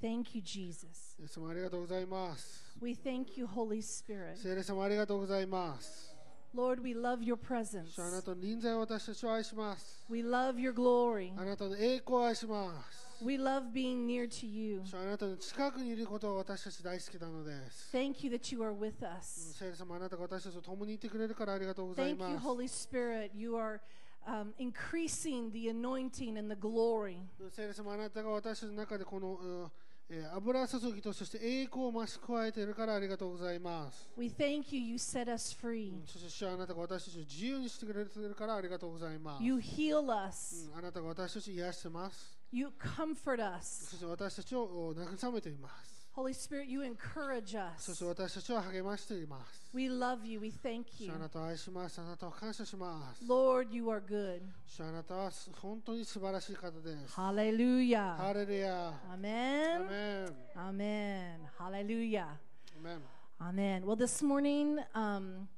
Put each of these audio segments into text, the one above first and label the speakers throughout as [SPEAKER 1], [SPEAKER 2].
[SPEAKER 1] thank you, Jesus.
[SPEAKER 2] イエス様ありがとうございます。
[SPEAKER 1] We thank you, Holy Spirit.
[SPEAKER 2] 聖霊様ありがとうございます。
[SPEAKER 1] Lord, we love your presence.
[SPEAKER 2] 主あなたの臨在を私たちは愛します。
[SPEAKER 1] We love your glory.
[SPEAKER 2] あなたの栄光を愛します。
[SPEAKER 1] We love being near to you.
[SPEAKER 2] 主あなたの近くにいることは私たち大好きなのです。
[SPEAKER 1] Thank you that you are with us.
[SPEAKER 2] 聖霊様あなたが私たちと共にいてくれるからありがとうござい
[SPEAKER 1] Thank
[SPEAKER 2] ま
[SPEAKER 1] you,
[SPEAKER 2] す。
[SPEAKER 1] Holy Spirit. You are um, increasing the anointing and the glory.
[SPEAKER 2] 聖霊様あなたが私たちの中でこの、うんえー油注ぎとそして栄光を増し加えているからありがとうございます。
[SPEAKER 1] We thank you. You set us free.
[SPEAKER 2] そして主はあなたが私たちを自由にしてくれているからありがとうございます。
[SPEAKER 1] You heal us.
[SPEAKER 2] うんあなたが私たちを癒してます。
[SPEAKER 1] You comfort
[SPEAKER 2] そ
[SPEAKER 1] us.
[SPEAKER 2] して私たちをお慰めています。
[SPEAKER 1] Holy Spirit, you encourage
[SPEAKER 2] そ
[SPEAKER 1] us.
[SPEAKER 2] して私たちを励ましています。
[SPEAKER 1] We love you. We thank
[SPEAKER 2] 主
[SPEAKER 1] you.
[SPEAKER 2] はあなたを愛します。あなたを感謝します。
[SPEAKER 1] Lord, you are good.
[SPEAKER 2] 主はあなたは本当に素晴らしい方です。ハ
[SPEAKER 1] Hallelujah.
[SPEAKER 2] レルヤ。ア
[SPEAKER 1] Amen.
[SPEAKER 2] メン。
[SPEAKER 1] Amen. Hallelujah.
[SPEAKER 2] アメン
[SPEAKER 1] Amen. Well, this morning, um,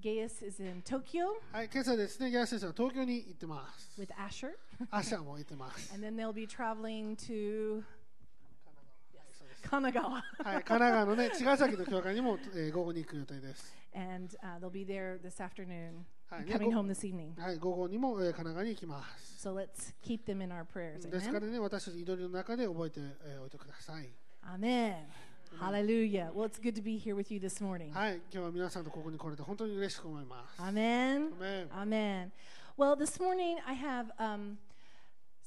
[SPEAKER 1] Gaius is in Tokyo
[SPEAKER 2] はい、今朝ですね、ギャラ先生は東京に行ってます。
[SPEAKER 1] with Asher,
[SPEAKER 2] アシャも行ってます。
[SPEAKER 1] and then they'll be traveling to Kanagawa.
[SPEAKER 2] はい、神奈川のね、茅ヶ崎の教会にも、えー午後に行く予定です。
[SPEAKER 1] and uh, they'll be there this afternoon,
[SPEAKER 2] は
[SPEAKER 1] and
[SPEAKER 2] い、ね
[SPEAKER 1] coming
[SPEAKER 2] ご
[SPEAKER 1] home this evening.
[SPEAKER 2] はい、午後にも、えー神奈川に行きます。
[SPEAKER 1] So let's keep them in our prayers.
[SPEAKER 2] ですから
[SPEAKER 1] Amen.
[SPEAKER 2] ね、私たち祈りの中で覚えて、えーおいてください。
[SPEAKER 1] Amen. Hallelujah. Well, it's good to be here with you this morning.
[SPEAKER 2] はい、今日は皆さんとここに来れて本当に嬉しく思います。
[SPEAKER 1] Amen.
[SPEAKER 2] アメン
[SPEAKER 1] Amen. Well, this morning I have um,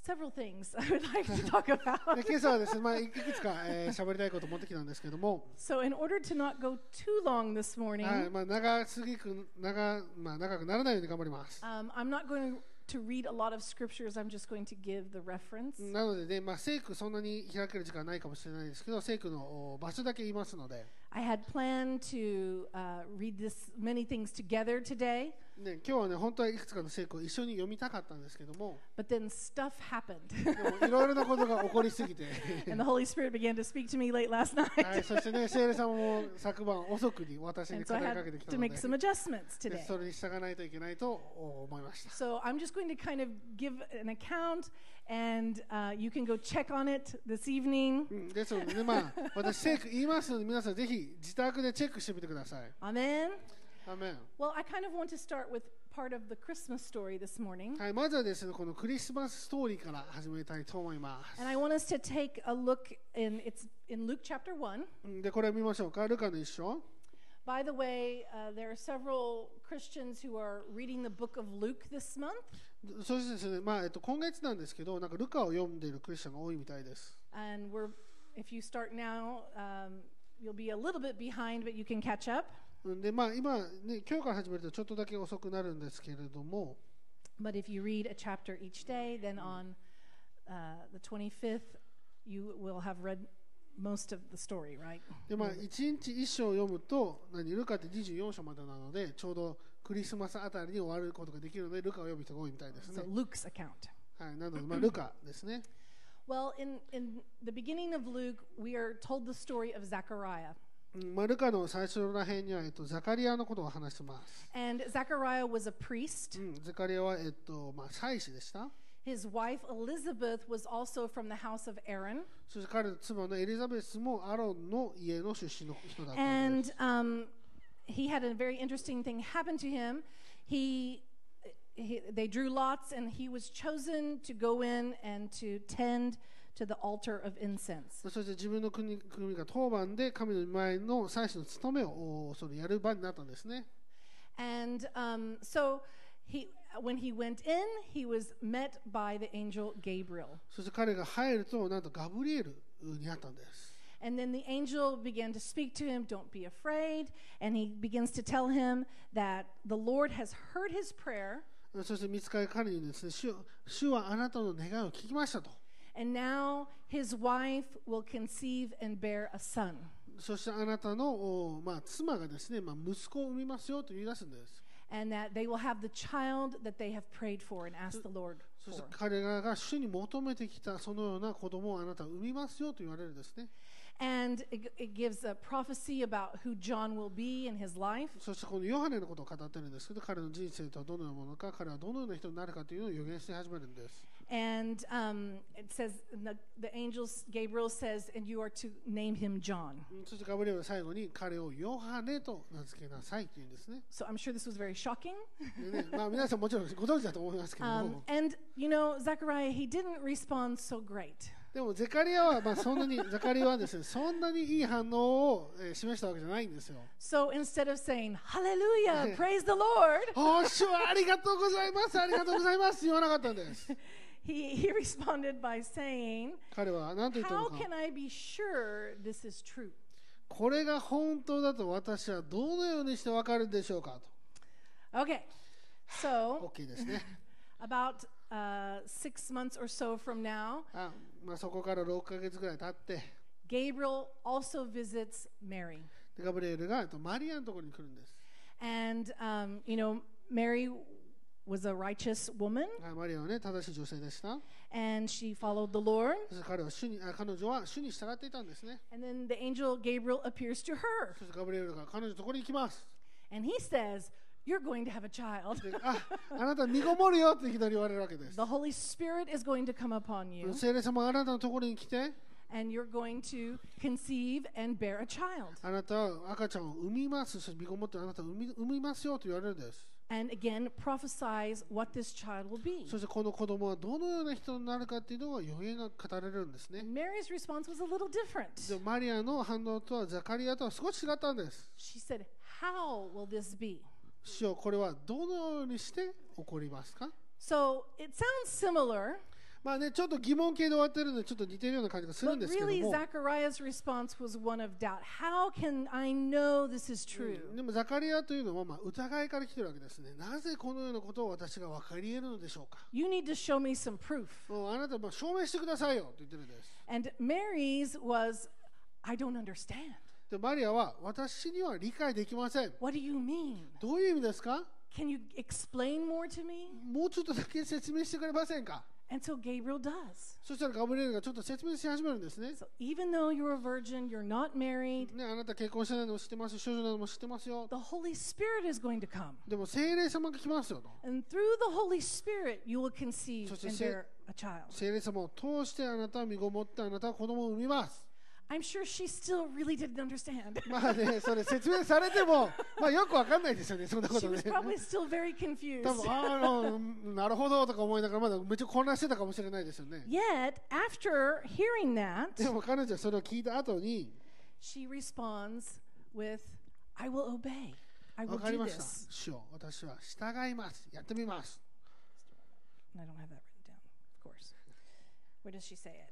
[SPEAKER 1] several things I would like to talk about.
[SPEAKER 2] で今朝はですね、まあ、いく つか喋、えー、喋りたいこと持ってきたんですけども、
[SPEAKER 1] So, in order to not go too long this morning,
[SPEAKER 2] はいまあ、長すぎく長,、まあ、長くならないように頑張ります。
[SPEAKER 1] um, I'm not going to read a lot of scriptures. I'm just going to give the reference.
[SPEAKER 2] なのでね、まあ、聖句そんなに開ける時間ないかもしれないですけど、聖句のお場所だけ言いますので、
[SPEAKER 1] I had planned to uh, read this many things together today,
[SPEAKER 2] ね、今日はね、本当はいくつかの聖句を一緒に読みたかったんですけども、
[SPEAKER 1] but then stuff happened,
[SPEAKER 2] でもいろいろなことが起こりすぎて、
[SPEAKER 1] and the Holy Spirit began to speak to me late last night,
[SPEAKER 2] はい、そしてね、聖霊様も昨晩遅くに私に
[SPEAKER 1] and
[SPEAKER 2] 語
[SPEAKER 1] so
[SPEAKER 2] り
[SPEAKER 1] I
[SPEAKER 2] かけてき
[SPEAKER 1] had
[SPEAKER 2] た
[SPEAKER 1] to
[SPEAKER 2] の
[SPEAKER 1] make
[SPEAKER 2] で
[SPEAKER 1] some adjustments
[SPEAKER 2] で
[SPEAKER 1] today.
[SPEAKER 2] それに従わないといけないと思いました。
[SPEAKER 1] So I'm just going to kind of give an account, and uh, you can go check on it this evening.
[SPEAKER 2] うんですのでね、まあ、私、チェック言いますので、皆さん、ぜひ自宅でチェックしてみてください。
[SPEAKER 1] Amen.
[SPEAKER 2] アメン
[SPEAKER 1] Well, I kind of want to start with part of the Christmas story this morning.
[SPEAKER 2] はい、まずはですね、このクリスマスストーリーから始めたいと思いま
[SPEAKER 1] And I want us to take a look in it's in Luke chapter 1.
[SPEAKER 2] す。うんで、これを見ましょうか。ルカの一章。
[SPEAKER 1] By the way, uh, there are several Christians who are reading the book of Luke this month.
[SPEAKER 2] そしてですね、まあ、えっと、今月なんですけど、なんかルカを読んでいるクリスチャンが多いみたいです。
[SPEAKER 1] And we're if you start now, um, you'll be a little bit behind, but you can catch up.
[SPEAKER 2] うんで、まあ、今、ね、今日から始めるとちょっとだけ遅くなるんですけれども、
[SPEAKER 1] But if you read a chapter each day, then on uh, the 25th, you will have read most of the story, right?
[SPEAKER 2] で、まあ、一日一章を読むと、何、ルカって24章までなので、ちょうどクリスマスあたりに終わることができるので、ルカを読む人が多いみたいですね
[SPEAKER 1] So。Luke's account.
[SPEAKER 2] はい、なので、まあ、ルカですね。
[SPEAKER 1] Well, in, in the beginning of Luke, we are told the story of Zechariah.
[SPEAKER 2] うんまあ、ルカの最初らへんには、えっと、ザカリアのことを話してます。
[SPEAKER 1] And Zechariah was a priest.
[SPEAKER 2] うん、ザカリアは、えっとまあ、祭司でした。
[SPEAKER 1] His wife Elizabeth was also from the house of Aaron.
[SPEAKER 2] そして彼の妻のエリザベスもアロンの家の出身の人だったんです。
[SPEAKER 1] And um, he had a very interesting thing happen to him. He, he they drew lots, and he was chosen to go in and to tend to the altar of incense.
[SPEAKER 2] そして自分の国組が当番で神の前の祭司の務めをおそれやる場になったんですね。
[SPEAKER 1] And um, so he, when he went in, he was met by the angel Gabriel.
[SPEAKER 2] そして彼が入ると、なんとガブリエルにあったんです。
[SPEAKER 1] And then the angel began to speak to him, Don't be afraid. And he begins to tell him that the Lord has heard his prayer.
[SPEAKER 2] そして見つかり彼にですね主、主はあなたの願いを聞きましたと。
[SPEAKER 1] And now his wife will conceive and bear a son.
[SPEAKER 2] そしてあなたの、おまあ、妻がですね、まあ、息子を産みますよと言い出すんです。
[SPEAKER 1] And that they will have the child that they have prayed for and asked the Lord
[SPEAKER 2] そして
[SPEAKER 1] for.
[SPEAKER 2] 彼らが主に求めてきたそのような子供をあなたは産みますよと言われるんですね。
[SPEAKER 1] And it, g- it gives a prophecy about who John will be in his life.
[SPEAKER 2] そしてこのヨハネのことを語ってるんですけど彼の人生とはどのようなものか彼はどのような人になるかというのを予言して始めるんです
[SPEAKER 1] And um, it says, and the, the angel Gabriel says, and you are to name him John.
[SPEAKER 2] うんそしてガブリエルは最後に彼をヨハネと名付けなさいというんですね
[SPEAKER 1] So I'm sure this was very shocking.
[SPEAKER 2] でね、まあ皆さんもちろんご存知だと思いますけれど
[SPEAKER 1] Um,
[SPEAKER 2] も
[SPEAKER 1] and, you know, Zechariah, he didn't respond so great.
[SPEAKER 2] でもゼカリアはまあそんなにゼカリアはですねそんなにいい反応をえー示したわけじゃない んですよ
[SPEAKER 1] So instead of saying, Hallelujah, praise the Lord,
[SPEAKER 2] おっしゃありがとうございますありがとうございます言わなかったんです
[SPEAKER 1] he, he responded by saying,
[SPEAKER 2] 彼は何と言ったの
[SPEAKER 1] How
[SPEAKER 2] か
[SPEAKER 1] can I be sure this is true?
[SPEAKER 2] これが本当だと私はどのようにしてわかるでしょうか
[SPEAKER 1] Okay,
[SPEAKER 2] と
[SPEAKER 1] so
[SPEAKER 2] OK ですね
[SPEAKER 1] about uh, six months or so from now,
[SPEAKER 2] あ、まあ、そこから6ヶ月ぐらい経って
[SPEAKER 1] Gabriel also visits Mary.
[SPEAKER 2] でガブリエルがえっとマリアのところに来るんです
[SPEAKER 1] And, um, you know, Mary was a righteous woman
[SPEAKER 2] あマリアはね正しい女性でした
[SPEAKER 1] and she followed the Lord.
[SPEAKER 2] そして彼は主にあ彼女は主に従っていたんですね
[SPEAKER 1] And then the angel Gabriel appears to her
[SPEAKER 2] そしてガブリエルが彼女のところに行きます
[SPEAKER 1] and he says, You're going to have a child.
[SPEAKER 2] でああなた身ごもるよっていきなり言われるわけで す
[SPEAKER 1] The Holy Spirit is going to come upon you
[SPEAKER 2] 聖霊様があなたのところに来て
[SPEAKER 1] and you're going to conceive and bear a child.
[SPEAKER 2] あなたは赤ちゃんを産みますそして身ごもってあなたを産み産みますよと言われるんです
[SPEAKER 1] And again, prophesies what this child will be.
[SPEAKER 2] そしてこの子供はどのような人になるかっていうのは予言が語られるんですね
[SPEAKER 1] And Mary's response was a little different.
[SPEAKER 2] でもマリアの反応とはザカリアとは少し違ったんです
[SPEAKER 1] She said, How will this be?
[SPEAKER 2] 師匠これはどのようにして起こりますか
[SPEAKER 1] So it sounds similar,
[SPEAKER 2] まあねちょっと疑問系で終わってるのでちょっと似てるような感じがするん
[SPEAKER 1] but
[SPEAKER 2] ですけども
[SPEAKER 1] really Zachariah's response was one of doubt. How can I know this is
[SPEAKER 2] う
[SPEAKER 1] true?
[SPEAKER 2] んでもザカリアというのはまあ疑いから来てるわけですねなぜこのようなことを私が分かり得るのでしょうか
[SPEAKER 1] You need to show me some proof.
[SPEAKER 2] もうあなたまあ証明してくださいよと言ってるんです
[SPEAKER 1] And Mary's was, I don't understand.
[SPEAKER 2] でマリアは私には理解できません
[SPEAKER 1] What do you mean?
[SPEAKER 2] どういう意味ですか
[SPEAKER 1] Can you explain more to me?
[SPEAKER 2] もうちょっとだけ説明してくれませんか
[SPEAKER 1] And so Gabriel does.
[SPEAKER 2] そしたらガブリエルがちょっと説明し始めるんですね
[SPEAKER 1] So even though you're a virgin, you're not married,
[SPEAKER 2] ねあなた結婚してないのも知ってます少女なのも知ってますよ
[SPEAKER 1] the Holy Spirit is going to come.
[SPEAKER 2] でも精霊様が来ますよと
[SPEAKER 1] And through the Holy Spirit, you will conceive
[SPEAKER 2] So she
[SPEAKER 1] and
[SPEAKER 2] said-
[SPEAKER 1] bear a child.
[SPEAKER 2] 精霊様を通してあなたは身ごもってあなたは子供を産みます
[SPEAKER 1] I'm sure she still really didn't understand.
[SPEAKER 2] まあ ねそれ説明されてもまあよくわかんないですよねそんなこ
[SPEAKER 1] she
[SPEAKER 2] とね
[SPEAKER 1] was
[SPEAKER 2] 多
[SPEAKER 1] probably still very confused.
[SPEAKER 2] 分ああのなるほどとか思いながらまだめっちゃ混乱してたかもしれないですよね
[SPEAKER 1] Yet, after hearing that,
[SPEAKER 2] でも彼女はそれを聞いた後に
[SPEAKER 1] she responds with, I will obey. I
[SPEAKER 2] わ
[SPEAKER 1] will
[SPEAKER 2] かり
[SPEAKER 1] do
[SPEAKER 2] ました
[SPEAKER 1] this.
[SPEAKER 2] 主よ私は従いますやってみます
[SPEAKER 1] And I don't have that written down, of course. Where does she say it?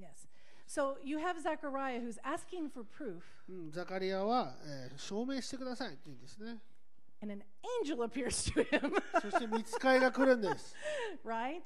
[SPEAKER 1] Yes. So you have Zechariah who's asking for proof,
[SPEAKER 2] うん、ザカリアは、えー証明してくださいって言うんですね。
[SPEAKER 1] and an angel appears to him,
[SPEAKER 2] そして見つかりが来るんです。
[SPEAKER 1] right?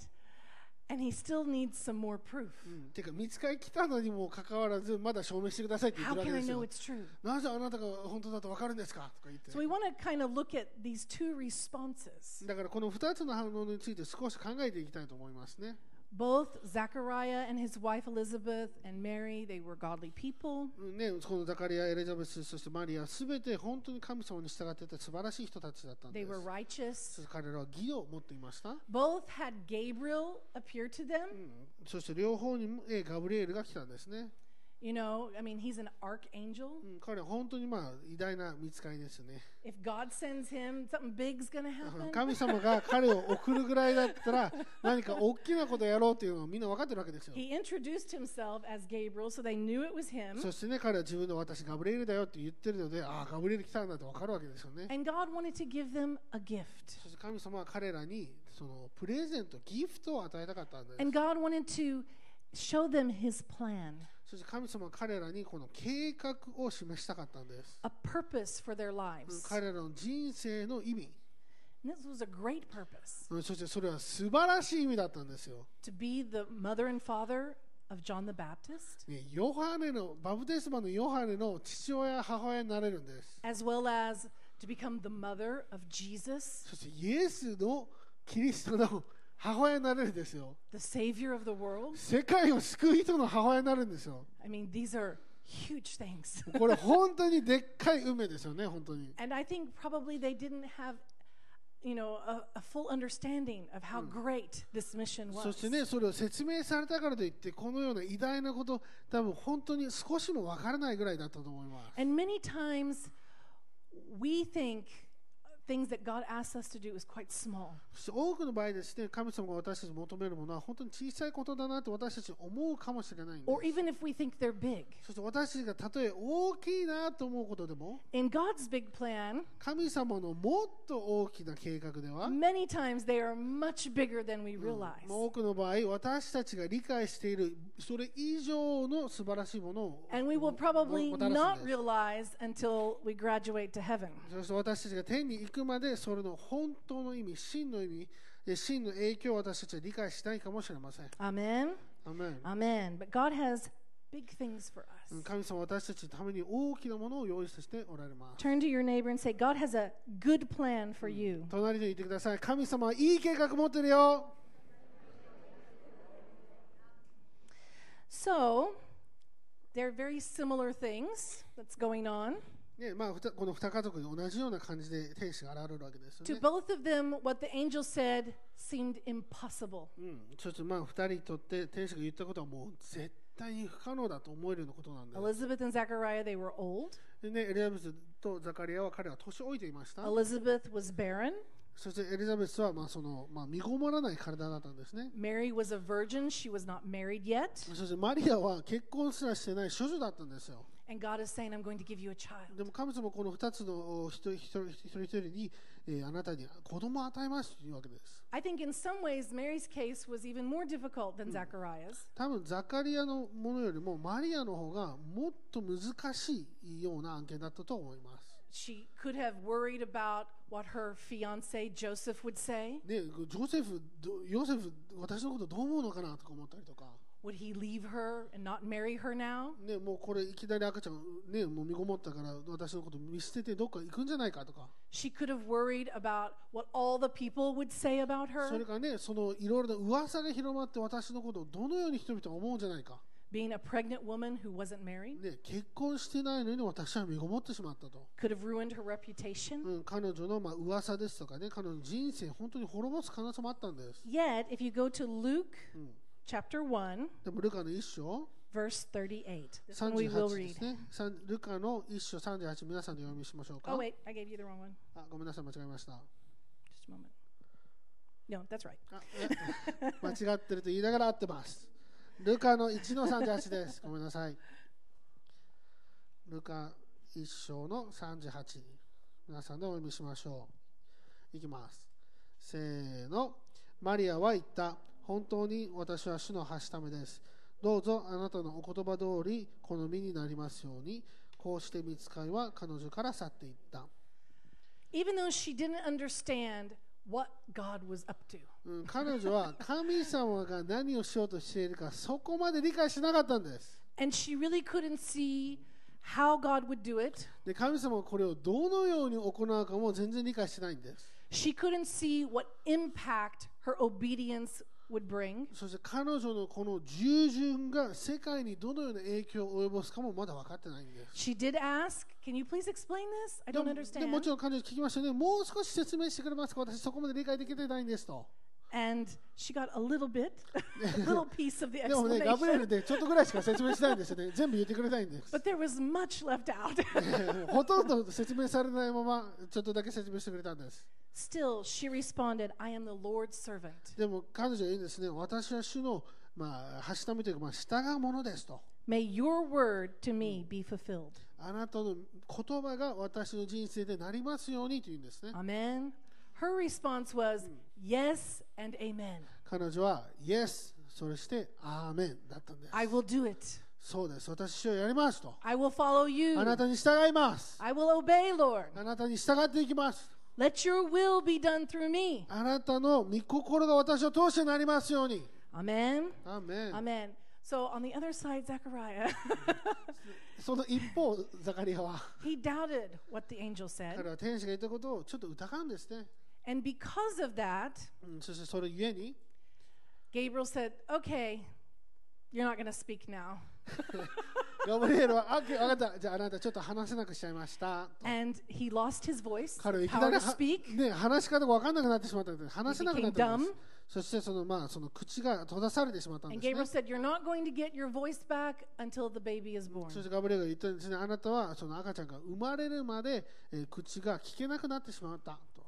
[SPEAKER 1] And he still needs some more proof.
[SPEAKER 2] うん、てか見つかり来たのにもかかわらずまだ証明してくださいって言っ
[SPEAKER 1] How
[SPEAKER 2] てるわ
[SPEAKER 1] can
[SPEAKER 2] け
[SPEAKER 1] I
[SPEAKER 2] です
[SPEAKER 1] know
[SPEAKER 2] よ。
[SPEAKER 1] it's true?
[SPEAKER 2] なぜあなたが本当だと分かるんですかとか言って、
[SPEAKER 1] So we want to kind of look at these two responses.
[SPEAKER 2] だからこの2つの反応について少し考えていきたいと思いますね。
[SPEAKER 1] Both Zechariah and his wife Elizabeth and Mary, they were godly people.
[SPEAKER 2] うんね、このザカリア、エリザベス、そしてマリア、すべて本当に神様に従ってた素晴らしい人たちだったん
[SPEAKER 1] They
[SPEAKER 2] です。
[SPEAKER 1] were
[SPEAKER 2] そ
[SPEAKER 1] righteous.
[SPEAKER 2] して彼らは義を持っていました。
[SPEAKER 1] Both had Gabriel appear to them.
[SPEAKER 2] そして両方にも、えーガブリエルが来たんですね。
[SPEAKER 1] You know, I mean, he's an archangel.
[SPEAKER 2] うん、彼は本当にまあ偉大な見つかりですね。
[SPEAKER 1] If God sends him, something big's going to
[SPEAKER 2] うん
[SPEAKER 1] happen.
[SPEAKER 2] 神様が彼を送るぐらいだっ たら何か大きなことやろうというのをみんな分かってるわけですよ。
[SPEAKER 1] He introduced himself as Gabriel, so they knew it was him.
[SPEAKER 2] そしてね彼は自分の私ガブリエルだよって言ってるのでああガブリエル来たんだって分かるわけですよね。
[SPEAKER 1] And God wanted to give them a gift.
[SPEAKER 2] そして神様は彼らにそのプレゼントギフトを与えたかったんです。
[SPEAKER 1] And God wanted to show them his plan,
[SPEAKER 2] そして神様は彼らにこの計画を示したかったんです。
[SPEAKER 1] a purpose for their lives.
[SPEAKER 2] 彼らの人生の意味
[SPEAKER 1] And this was a great purpose
[SPEAKER 2] うんそしてそれは素晴らしい意味だったんですよ。
[SPEAKER 1] to be the mother and father of John the Baptist,
[SPEAKER 2] ねヨハネのバブテスマのヨハネの父親母親になれるんです。
[SPEAKER 1] as well as to become the mother of Jesus,
[SPEAKER 2] そしてイエスのキリストの母親になれるですよ
[SPEAKER 1] the Savior of the world.
[SPEAKER 2] 世界を救う人の母親になるんですよ
[SPEAKER 1] I mean, these are huge things.
[SPEAKER 2] これ本当にでっかい運命ですよね本当に
[SPEAKER 1] and I think probably they didn't have, you know, a, a full understanding of how great this mission
[SPEAKER 2] そ
[SPEAKER 1] was.
[SPEAKER 2] してねそれを説明されたからといってこのような偉大なこと多分本当に少しも分からないぐらいだったと思います
[SPEAKER 1] And many times we think things that God asks us to do is quite small.
[SPEAKER 2] そして多くの場合ですね神様が私たちに求めるものは本当に小さいことだなと私たち思うかもしれないんで
[SPEAKER 1] Or even if we think they're big.
[SPEAKER 2] そして私たちがたとえ大きいなと思うことでも
[SPEAKER 1] In God's big plan,
[SPEAKER 2] 神様のもっと大きな計画では
[SPEAKER 1] many times they are much bigger than we realize.
[SPEAKER 2] もう多くの場合私たちが理解しているそれ以上の素晴らしいものを
[SPEAKER 1] And we will
[SPEAKER 2] も
[SPEAKER 1] probably
[SPEAKER 2] もたらす
[SPEAKER 1] not
[SPEAKER 2] んです
[SPEAKER 1] realize until we graduate to heaven.
[SPEAKER 2] そして私たちが天に行くまでそれの本当の意味真の意味え真の影響を私たちは理解しないかもしれません
[SPEAKER 1] Amen.
[SPEAKER 2] アメン
[SPEAKER 1] Amen. But God has big things for us.
[SPEAKER 2] 神様は私たちのために大きなものを用意させておられます
[SPEAKER 1] Turn to your neighbor and say, God has a good plan for you.
[SPEAKER 2] 隣に言ってください神様はいい計画持ってるよ
[SPEAKER 1] So, they're very similar things that's going on.
[SPEAKER 2] ねまあ、ふたこの二家族に同じような感じで天使が現れるわけですよ
[SPEAKER 1] To
[SPEAKER 2] ね。
[SPEAKER 1] both of them, what the angel said seemed impossible.
[SPEAKER 2] うん、そしてまあ二人にとって天使が言ったことはもう絶対に不可能だと思えるようなことなんです。
[SPEAKER 1] Elizabeth and Zechariah, they were old.
[SPEAKER 2] でね、エリザベスとザカリアは彼は年老いていました。
[SPEAKER 1] Elizabeth was barren.
[SPEAKER 2] そしてエリザベスはまあその、まあ、身ごもらない体だったんですね。
[SPEAKER 1] Mary was a virgin. She was not married yet.
[SPEAKER 2] そしてマリアは結婚すらしてない処女だったんですよ。
[SPEAKER 1] And God is saying, I'm going to give you a child.
[SPEAKER 2] でも神様はこの二つのお一人一人一人一人に、えーあなたに子供を与えますというわけです。
[SPEAKER 1] I think in some ways, Mary's case was even more difficult than Zachariah's.
[SPEAKER 2] 多分ザカリアのものよりもマリアの方がもっと難しいような案件だったと思います。
[SPEAKER 1] She could have worried about what her fiance Joseph would say.
[SPEAKER 2] ね、ジョセフ、どヨセフ、私のことどう思うのかなとか思ったりとか、
[SPEAKER 1] Would he leave her and not marry her now?
[SPEAKER 2] ね、もうこれいきなり赤ちゃん、ね、もう身ごもったから私のこと見捨ててどっか行くんじゃないかとか、
[SPEAKER 1] She could have worried about what all the people would say about
[SPEAKER 2] それ
[SPEAKER 1] her.
[SPEAKER 2] からね、そのいろいろな噂が広まって私のことをどのように人々は思うんじゃないか。
[SPEAKER 1] Being a pregnant woman who wasn't married
[SPEAKER 2] ね、結婚してないのに私は身ごもってしまったと。
[SPEAKER 1] could have ruined her reputation.
[SPEAKER 2] うん、彼女のまあ噂ですとかね、彼女の人生、本当に滅ぼす可能性もあったんです。
[SPEAKER 1] Yet, if you go to Luke chapter 1,
[SPEAKER 2] でもルカの一章
[SPEAKER 1] verse 38, this one we will
[SPEAKER 2] 38で
[SPEAKER 1] read.
[SPEAKER 2] すね。さんルカの一章38、皆さんでお読みしましょうか
[SPEAKER 1] Oh,。wait, I gave you the wrong one.
[SPEAKER 2] あごめんなさい、間違えました。
[SPEAKER 1] Just a moment. No, that's right.
[SPEAKER 2] あえ間違ってると言いながら合ってます。ルカの1の38です。ごめんなさい。ルカ1章の38。皆さんでお読みしましょう。いきます。せーの。マリアは言った。本当に私は主のはしためです。どうぞあなたのお言葉通り好みになりますように。こうして見つかいは彼女から去っていった。
[SPEAKER 1] Even though she didn't understand what God was up to,
[SPEAKER 2] うん、彼女は神様が何をしようとしているかそこまで理解しなかったんです
[SPEAKER 1] and she really couldn't see how God would do it,
[SPEAKER 2] で神様がこれをどのように行うかも全然理解してないんです
[SPEAKER 1] she couldn't see what impact her obedience would bring.
[SPEAKER 2] そして彼女のこの従順が世界にどのような影響を及ぼすかもまだ分かってないんです
[SPEAKER 1] She did ask, Can you please explain this? I
[SPEAKER 2] で
[SPEAKER 1] don't
[SPEAKER 2] もでも
[SPEAKER 1] understand.
[SPEAKER 2] ちろん彼女聞きましたよねもう少し説明してくれますか私そこまで理解できてないんですと
[SPEAKER 1] And she got a little bit, a little piece of the
[SPEAKER 2] でもねガブリエ
[SPEAKER 1] explanation.
[SPEAKER 2] ルでちょっとぐらいしか説明しないんですよね全部言ってくれないんで す
[SPEAKER 1] But there was much left out.
[SPEAKER 2] ほとんど説明されないままちょっとだけ説明してくれたんです
[SPEAKER 1] Still, she responded, I am the Lord's servant.
[SPEAKER 2] でも彼女は言うんですね、私は主の、まあ、はしためというか、まあ、従うものですと。
[SPEAKER 1] May your word to me be fulfilled.
[SPEAKER 2] あなたの言葉が私の人生でなりますようにというんですね。
[SPEAKER 1] Amen. Her response was, Yes and Amen.
[SPEAKER 2] 彼女は、イエス、それして、アーメンだったんです。
[SPEAKER 1] I will do it.
[SPEAKER 2] そうです。私、主をやりますと。
[SPEAKER 1] I will follow
[SPEAKER 2] あ
[SPEAKER 1] you.
[SPEAKER 2] なたに従います。
[SPEAKER 1] I will obey, Lord.
[SPEAKER 2] あなたに従っていきます。
[SPEAKER 1] Let your will be done through me.
[SPEAKER 2] あなたの御心が私を通してなりますように。
[SPEAKER 1] Amen.
[SPEAKER 2] アーメン。
[SPEAKER 1] Amen. So on the other side, Zechariah,
[SPEAKER 2] その一方、ザカリアは、
[SPEAKER 1] he doubted what the angel said.
[SPEAKER 2] 彼は天使が言ったことをちょっと疑うんですね。
[SPEAKER 1] And because of that,
[SPEAKER 2] うんそしてそれゆえに、
[SPEAKER 1] Gabriel said, Okay, you're not going to speak now.
[SPEAKER 2] ガブリエルは、あ、分かった。じゃああなたちょっと話せなくしちゃいました。と
[SPEAKER 1] And he lost his voice,
[SPEAKER 2] 彼はいき
[SPEAKER 1] power
[SPEAKER 2] なり
[SPEAKER 1] to
[SPEAKER 2] は
[SPEAKER 1] speak.
[SPEAKER 2] ね、話し方が分かんなくなってしまったので、話せ
[SPEAKER 1] He
[SPEAKER 2] なくな
[SPEAKER 1] became
[SPEAKER 2] ったんで
[SPEAKER 1] dumb.
[SPEAKER 2] す。そしてその、まあ、その口が閉ざされてしまったん
[SPEAKER 1] And
[SPEAKER 2] です、ね
[SPEAKER 1] Gabriel。said, You're not goingと get your voice back until the baby is born.
[SPEAKER 2] そしてガブリエルが言ったんですね、あなたはその赤ちゃんが生まれるまで、えー口が聞けなくなってしまったと。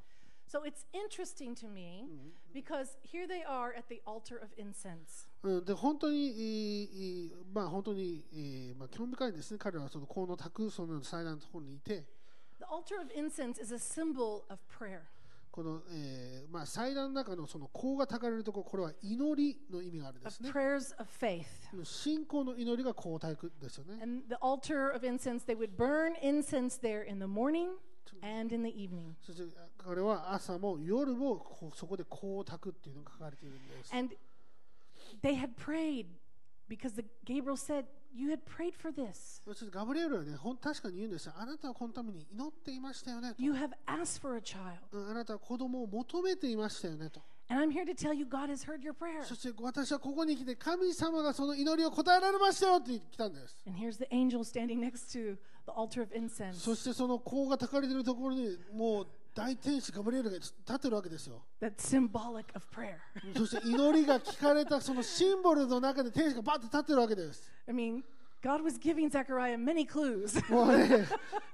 [SPEAKER 1] So it's interesting to me because here they are at the altar of incense.
[SPEAKER 2] うん、で本当に、えーえーまあ、本当に、えーまあ、興味深いですね、彼らはその河野拓、その祭壇のところにいて、
[SPEAKER 1] The altar of incense is a symbol of prayer.
[SPEAKER 2] この、えーまあ、祭壇の中のその香がたかれるところ、これは祈りの意味があるんで
[SPEAKER 1] of
[SPEAKER 2] すね。
[SPEAKER 1] prayers of faith.
[SPEAKER 2] 信仰の祈りが香体ですよね。
[SPEAKER 1] And the altar of incense, they would burn incense there in the morning and in the evening.
[SPEAKER 2] そしてこれは朝も夜もこうそこで光沢っていうのが書かれているんです。
[SPEAKER 1] And they had prayed because the, Gabriel said, You had prayed for this.
[SPEAKER 2] そしてガブリエルはね、ほん確かに言うんですよ。あなたはこのために祈っていましたよねと。
[SPEAKER 1] You have asked for a child.
[SPEAKER 2] うんあなたは子供を求めていましたよねと。
[SPEAKER 1] And I'm here to tell you God has heard your prayer.
[SPEAKER 2] そして私はここに来て神様がその祈りを答えられましたよって来たんです。
[SPEAKER 1] And here's the angel standing next to the altar of incense
[SPEAKER 2] そしてその香がたかれているところにもう大天使ガブリエルが立ってるわけですよ。
[SPEAKER 1] that's symbolic of prayer.
[SPEAKER 2] そして祈りが聞かれたそのシンボルの中で天使がバッて立ってるわけです。
[SPEAKER 1] I mean, God was giving Zechariah many clues.
[SPEAKER 2] もう ね、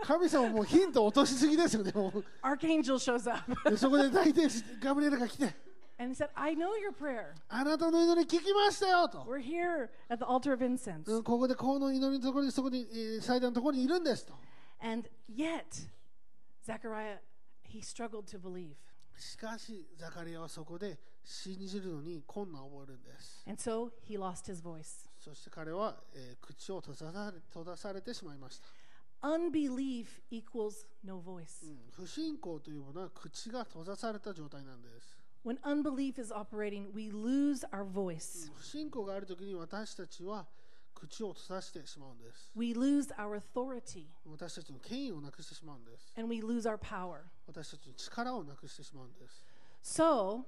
[SPEAKER 2] 神様もうヒント落としすぎですよね。もう
[SPEAKER 1] Archangel shows up
[SPEAKER 2] でそこで大天使ガブリエルが来て
[SPEAKER 1] and said, I know your prayer.
[SPEAKER 2] あなたの祈り聞きましたよと、
[SPEAKER 1] We're here at the altar of incense.
[SPEAKER 2] うんここでこの祈りのところにそこに、えー祭壇のところにいるんですと
[SPEAKER 1] And yet, Zechariah, he struggled to believe.
[SPEAKER 2] しかしザカリアはそこで信じるのに困難を覚えるんです
[SPEAKER 1] And so he lost his voice.
[SPEAKER 2] そして彼は、えー口を閉ざされ閉ざされてしまいました、
[SPEAKER 1] Unbelief equals no voice.
[SPEAKER 2] うん不信仰というものは口が閉ざされた状態なんです
[SPEAKER 1] When unbelief is operating, we lose our voice,
[SPEAKER 2] 不信仰がある時に私たちは口を閉ざしてしまうんです
[SPEAKER 1] we lose our authority,
[SPEAKER 2] 私たちの権威をなくしてしまうんです
[SPEAKER 1] and we lose our power.
[SPEAKER 2] 私たちの力をなくしてしまうんです
[SPEAKER 1] So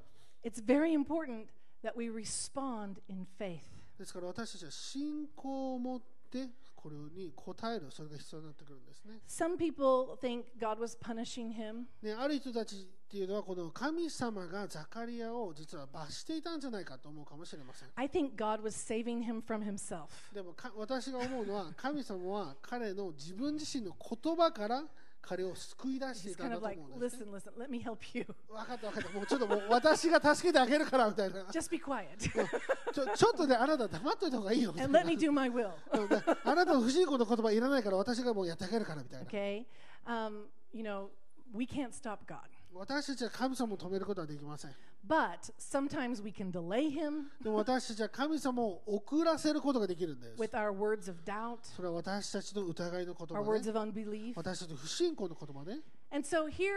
[SPEAKER 1] it's very important that we respond in faith.
[SPEAKER 2] ですから私たちは信仰を持ってこれに応えるそれが必要になってくるんですね
[SPEAKER 1] Some people think God was punishing him.
[SPEAKER 2] ねある人たちっていうのはこの神様がザカリアを実は罰していたんじゃないかと思うかもしれません
[SPEAKER 1] I think God was saving him from himself.
[SPEAKER 2] でもか私が思うのは神様は彼の自分自身の言葉から彼を救い出して
[SPEAKER 1] He's
[SPEAKER 2] いた
[SPEAKER 1] kind
[SPEAKER 2] んだ
[SPEAKER 1] of
[SPEAKER 2] と
[SPEAKER 1] like,
[SPEAKER 2] 思うんです、ね、
[SPEAKER 1] listen, listen, let me help you.
[SPEAKER 2] 分かった分かったもうちょっともう私が助けてあげるからみたいな
[SPEAKER 1] Just be quiet
[SPEAKER 2] ちょちょっとねあなた黙っといた方がいいよみたい
[SPEAKER 1] and
[SPEAKER 2] な
[SPEAKER 1] let me do my will.
[SPEAKER 2] Oh, あなたの不信仰の言葉いらないから私がもうやってあげるからみたい な
[SPEAKER 1] Okay? Um, you know, we can't stop God,
[SPEAKER 2] 私たちは神様を止めることはできません
[SPEAKER 1] but sometimes we can delay Him
[SPEAKER 2] でも私たちは神様を遅らせることができるんです。
[SPEAKER 1] with our words of doubt,
[SPEAKER 2] それは私たちの疑いの言
[SPEAKER 1] our
[SPEAKER 2] 葉
[SPEAKER 1] words
[SPEAKER 2] ね。
[SPEAKER 1] of unbelief.
[SPEAKER 2] 私たちの不信仰の言葉ね。
[SPEAKER 1] And so here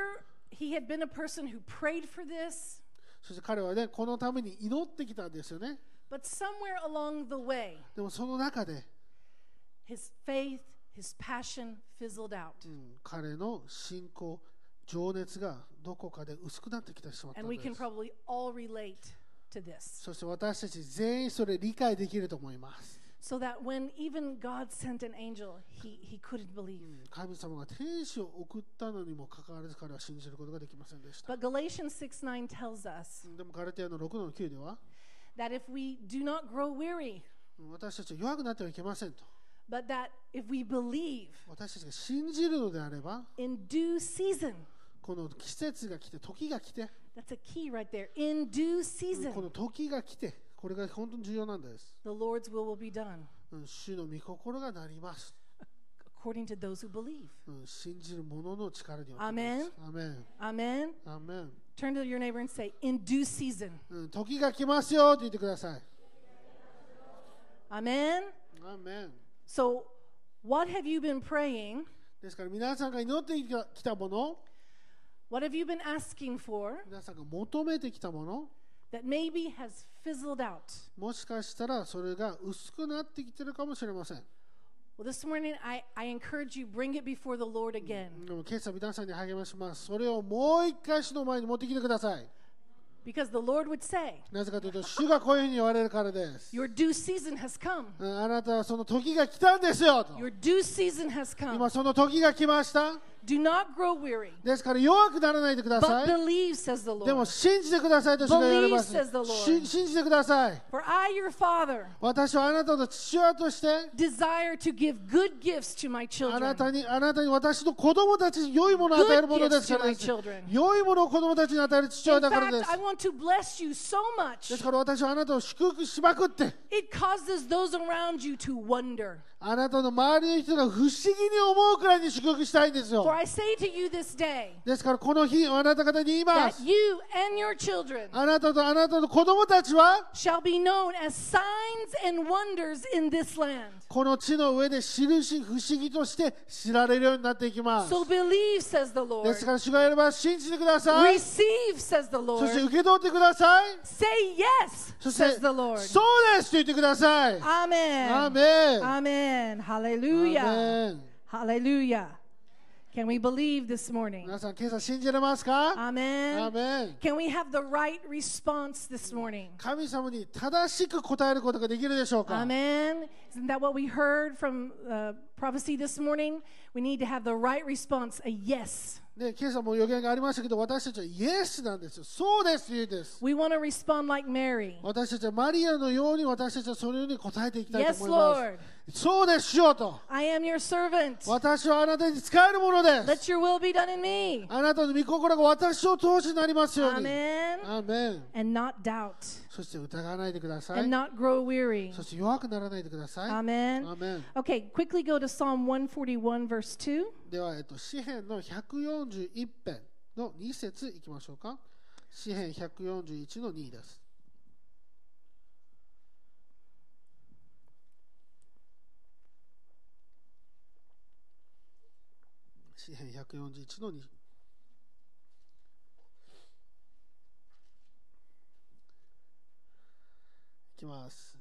[SPEAKER 1] he had been a person who prayed for this,
[SPEAKER 2] そして彼はね、このために祈ってきたんですよね。
[SPEAKER 1] but somewhere along the way,
[SPEAKER 2] でもその中で、
[SPEAKER 1] his faith, his passion fizzled out.
[SPEAKER 2] うん彼の信仰、情熱がどこかで薄くなってきてしまった
[SPEAKER 1] And
[SPEAKER 2] ん
[SPEAKER 1] we
[SPEAKER 2] で
[SPEAKER 1] can
[SPEAKER 2] す。
[SPEAKER 1] probably all relate to this.
[SPEAKER 2] そして私たち全員それ理解できると思います。
[SPEAKER 1] So that when even God sent an angel, he, he couldn't believe.
[SPEAKER 2] うん神様が天使を送ったのにもかかわらず彼は信じることができませんでした。
[SPEAKER 1] But Galatians 6 9 tells us
[SPEAKER 2] でもガルテアの6の9では、
[SPEAKER 1] that if we do not grow weary,
[SPEAKER 2] うん私たちは弱くなってはいけませんと。
[SPEAKER 1] but that if we believe
[SPEAKER 2] 私たちが信じるのであれば、
[SPEAKER 1] in due season,
[SPEAKER 2] この季節が来て、時が来て、
[SPEAKER 1] that's a key right there. In due
[SPEAKER 2] この
[SPEAKER 1] season,
[SPEAKER 2] 時が来て、これが本当に重要なんです。
[SPEAKER 1] the Lord's will will be done
[SPEAKER 2] うん、主の御心がなります。
[SPEAKER 1] according to those who believe.
[SPEAKER 2] うん、信じる者の力によってです。
[SPEAKER 1] アメン
[SPEAKER 2] アメン。
[SPEAKER 1] Amen.
[SPEAKER 2] アメン。
[SPEAKER 1] Turn to your neighbor and say, In due season.
[SPEAKER 2] うん、時が来ますよって言ってください。
[SPEAKER 1] Amen.
[SPEAKER 2] アメン。
[SPEAKER 1] So, what have you been praying?
[SPEAKER 2] ですから皆さんが祈ってきたきたもの、
[SPEAKER 1] What have you been asking for
[SPEAKER 2] 皆さんが求めてきたもの、
[SPEAKER 1] that maybe has fizzled out?
[SPEAKER 2] もしかしたらそれが薄くなってきてるかもしれません。
[SPEAKER 1] Well, this morning I, I encourage you bring it before the Lord again.
[SPEAKER 2] でも今朝皆さんに励まします。それをもう一回主の前に持ってきてください。
[SPEAKER 1] because the Lord would say,
[SPEAKER 2] なぜかというと、主がこういうふうに言われるからです。
[SPEAKER 1] Your due season has come.
[SPEAKER 2] うんあなたはその時が来たんですよと。
[SPEAKER 1] Your due season has come.
[SPEAKER 2] 今その時が来ました。
[SPEAKER 1] Do not grow weary,
[SPEAKER 2] ですから弱くならないでくださ
[SPEAKER 1] but
[SPEAKER 2] い。
[SPEAKER 1] believe, says the
[SPEAKER 2] でも
[SPEAKER 1] Lord.
[SPEAKER 2] 信じてくださいと主が言われます
[SPEAKER 1] Believe, says the。Lord.
[SPEAKER 2] し信じてください。
[SPEAKER 1] For I, your father,
[SPEAKER 2] 私はあなたの父親として、
[SPEAKER 1] desire to give good gifts to my
[SPEAKER 2] あな
[SPEAKER 1] children.
[SPEAKER 2] たに、あなたに私の子供たちに良いものを与えるものですからです
[SPEAKER 1] Good gifts to my children.
[SPEAKER 2] 良いものを子供たちに与える父親
[SPEAKER 1] In
[SPEAKER 2] だからで
[SPEAKER 1] fact,
[SPEAKER 2] す
[SPEAKER 1] I。want to bless you so much,
[SPEAKER 2] ですから私はあなたを祝福しまくって、
[SPEAKER 1] it causes those around you to wonder.
[SPEAKER 2] あなたの周りの人が不思議に思うくらいに祝福したいんです
[SPEAKER 1] For
[SPEAKER 2] よ。
[SPEAKER 1] I say to you this day
[SPEAKER 2] ですからこの日、あなた方に言いま
[SPEAKER 1] that
[SPEAKER 2] す。
[SPEAKER 1] you and your children
[SPEAKER 2] あなたとあなたの子供たちは、
[SPEAKER 1] shall be known as signs and wonders in this land.
[SPEAKER 2] この地の上で印、不思議として知られるようになっていきます。
[SPEAKER 1] So believe, says the
[SPEAKER 2] で
[SPEAKER 1] Lord.
[SPEAKER 2] すから主がやれば信じてください。
[SPEAKER 1] Receive, says the
[SPEAKER 2] そして
[SPEAKER 1] Lord.
[SPEAKER 2] 受け取ってください。
[SPEAKER 1] Say yes,
[SPEAKER 2] そして、
[SPEAKER 1] says the
[SPEAKER 2] そう
[SPEAKER 1] Lord.
[SPEAKER 2] ですと言ってください。
[SPEAKER 1] Amen.
[SPEAKER 2] アーメン。
[SPEAKER 1] Amen. Hallelujah.
[SPEAKER 2] アーメン
[SPEAKER 1] Hallelujah. Can we believe this morning?
[SPEAKER 2] 皆さん、今朝信じれますか
[SPEAKER 1] Amen.
[SPEAKER 2] アーメン。
[SPEAKER 1] Can we have the right response this morning?
[SPEAKER 2] 神様に正しく答えることができるでしょうか
[SPEAKER 1] Amen. Isn't that what we heard from uh, prophecy this morning? We need to have the right response, a yes.
[SPEAKER 2] で今朝も予言がありましたけど、私たちはイエスなんですよ。そうですと言うんです。
[SPEAKER 1] We want to respond like Mary.
[SPEAKER 2] 私たちはマリアのように私たちはそのように答えていきたい
[SPEAKER 1] Yes,
[SPEAKER 2] と思い
[SPEAKER 1] Lord.
[SPEAKER 2] ます。そうです、しようと。
[SPEAKER 1] I am your servant.
[SPEAKER 2] 私はあなたに使えるものです。
[SPEAKER 1] Let your will be done in me.
[SPEAKER 2] あなたの御心が私を通しになりますように。
[SPEAKER 1] Amen.
[SPEAKER 2] アーメン
[SPEAKER 1] And not doubt.
[SPEAKER 2] そして疑わないでください
[SPEAKER 1] And。not grow weary.
[SPEAKER 2] そして弱くならないでください。
[SPEAKER 1] Amen.
[SPEAKER 2] アーメン
[SPEAKER 1] Okay, quickly go to Psalm 141, verse 2.
[SPEAKER 2] では、えっと、詩篇の141編の2節いきましょうか。詩篇141の2です。詩篇141の2。いきます。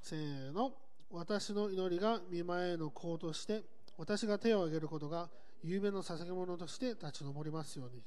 [SPEAKER 2] せーの私の祈りが見前の功として私が手を挙げることが有名の捧げ物として立ち上りますように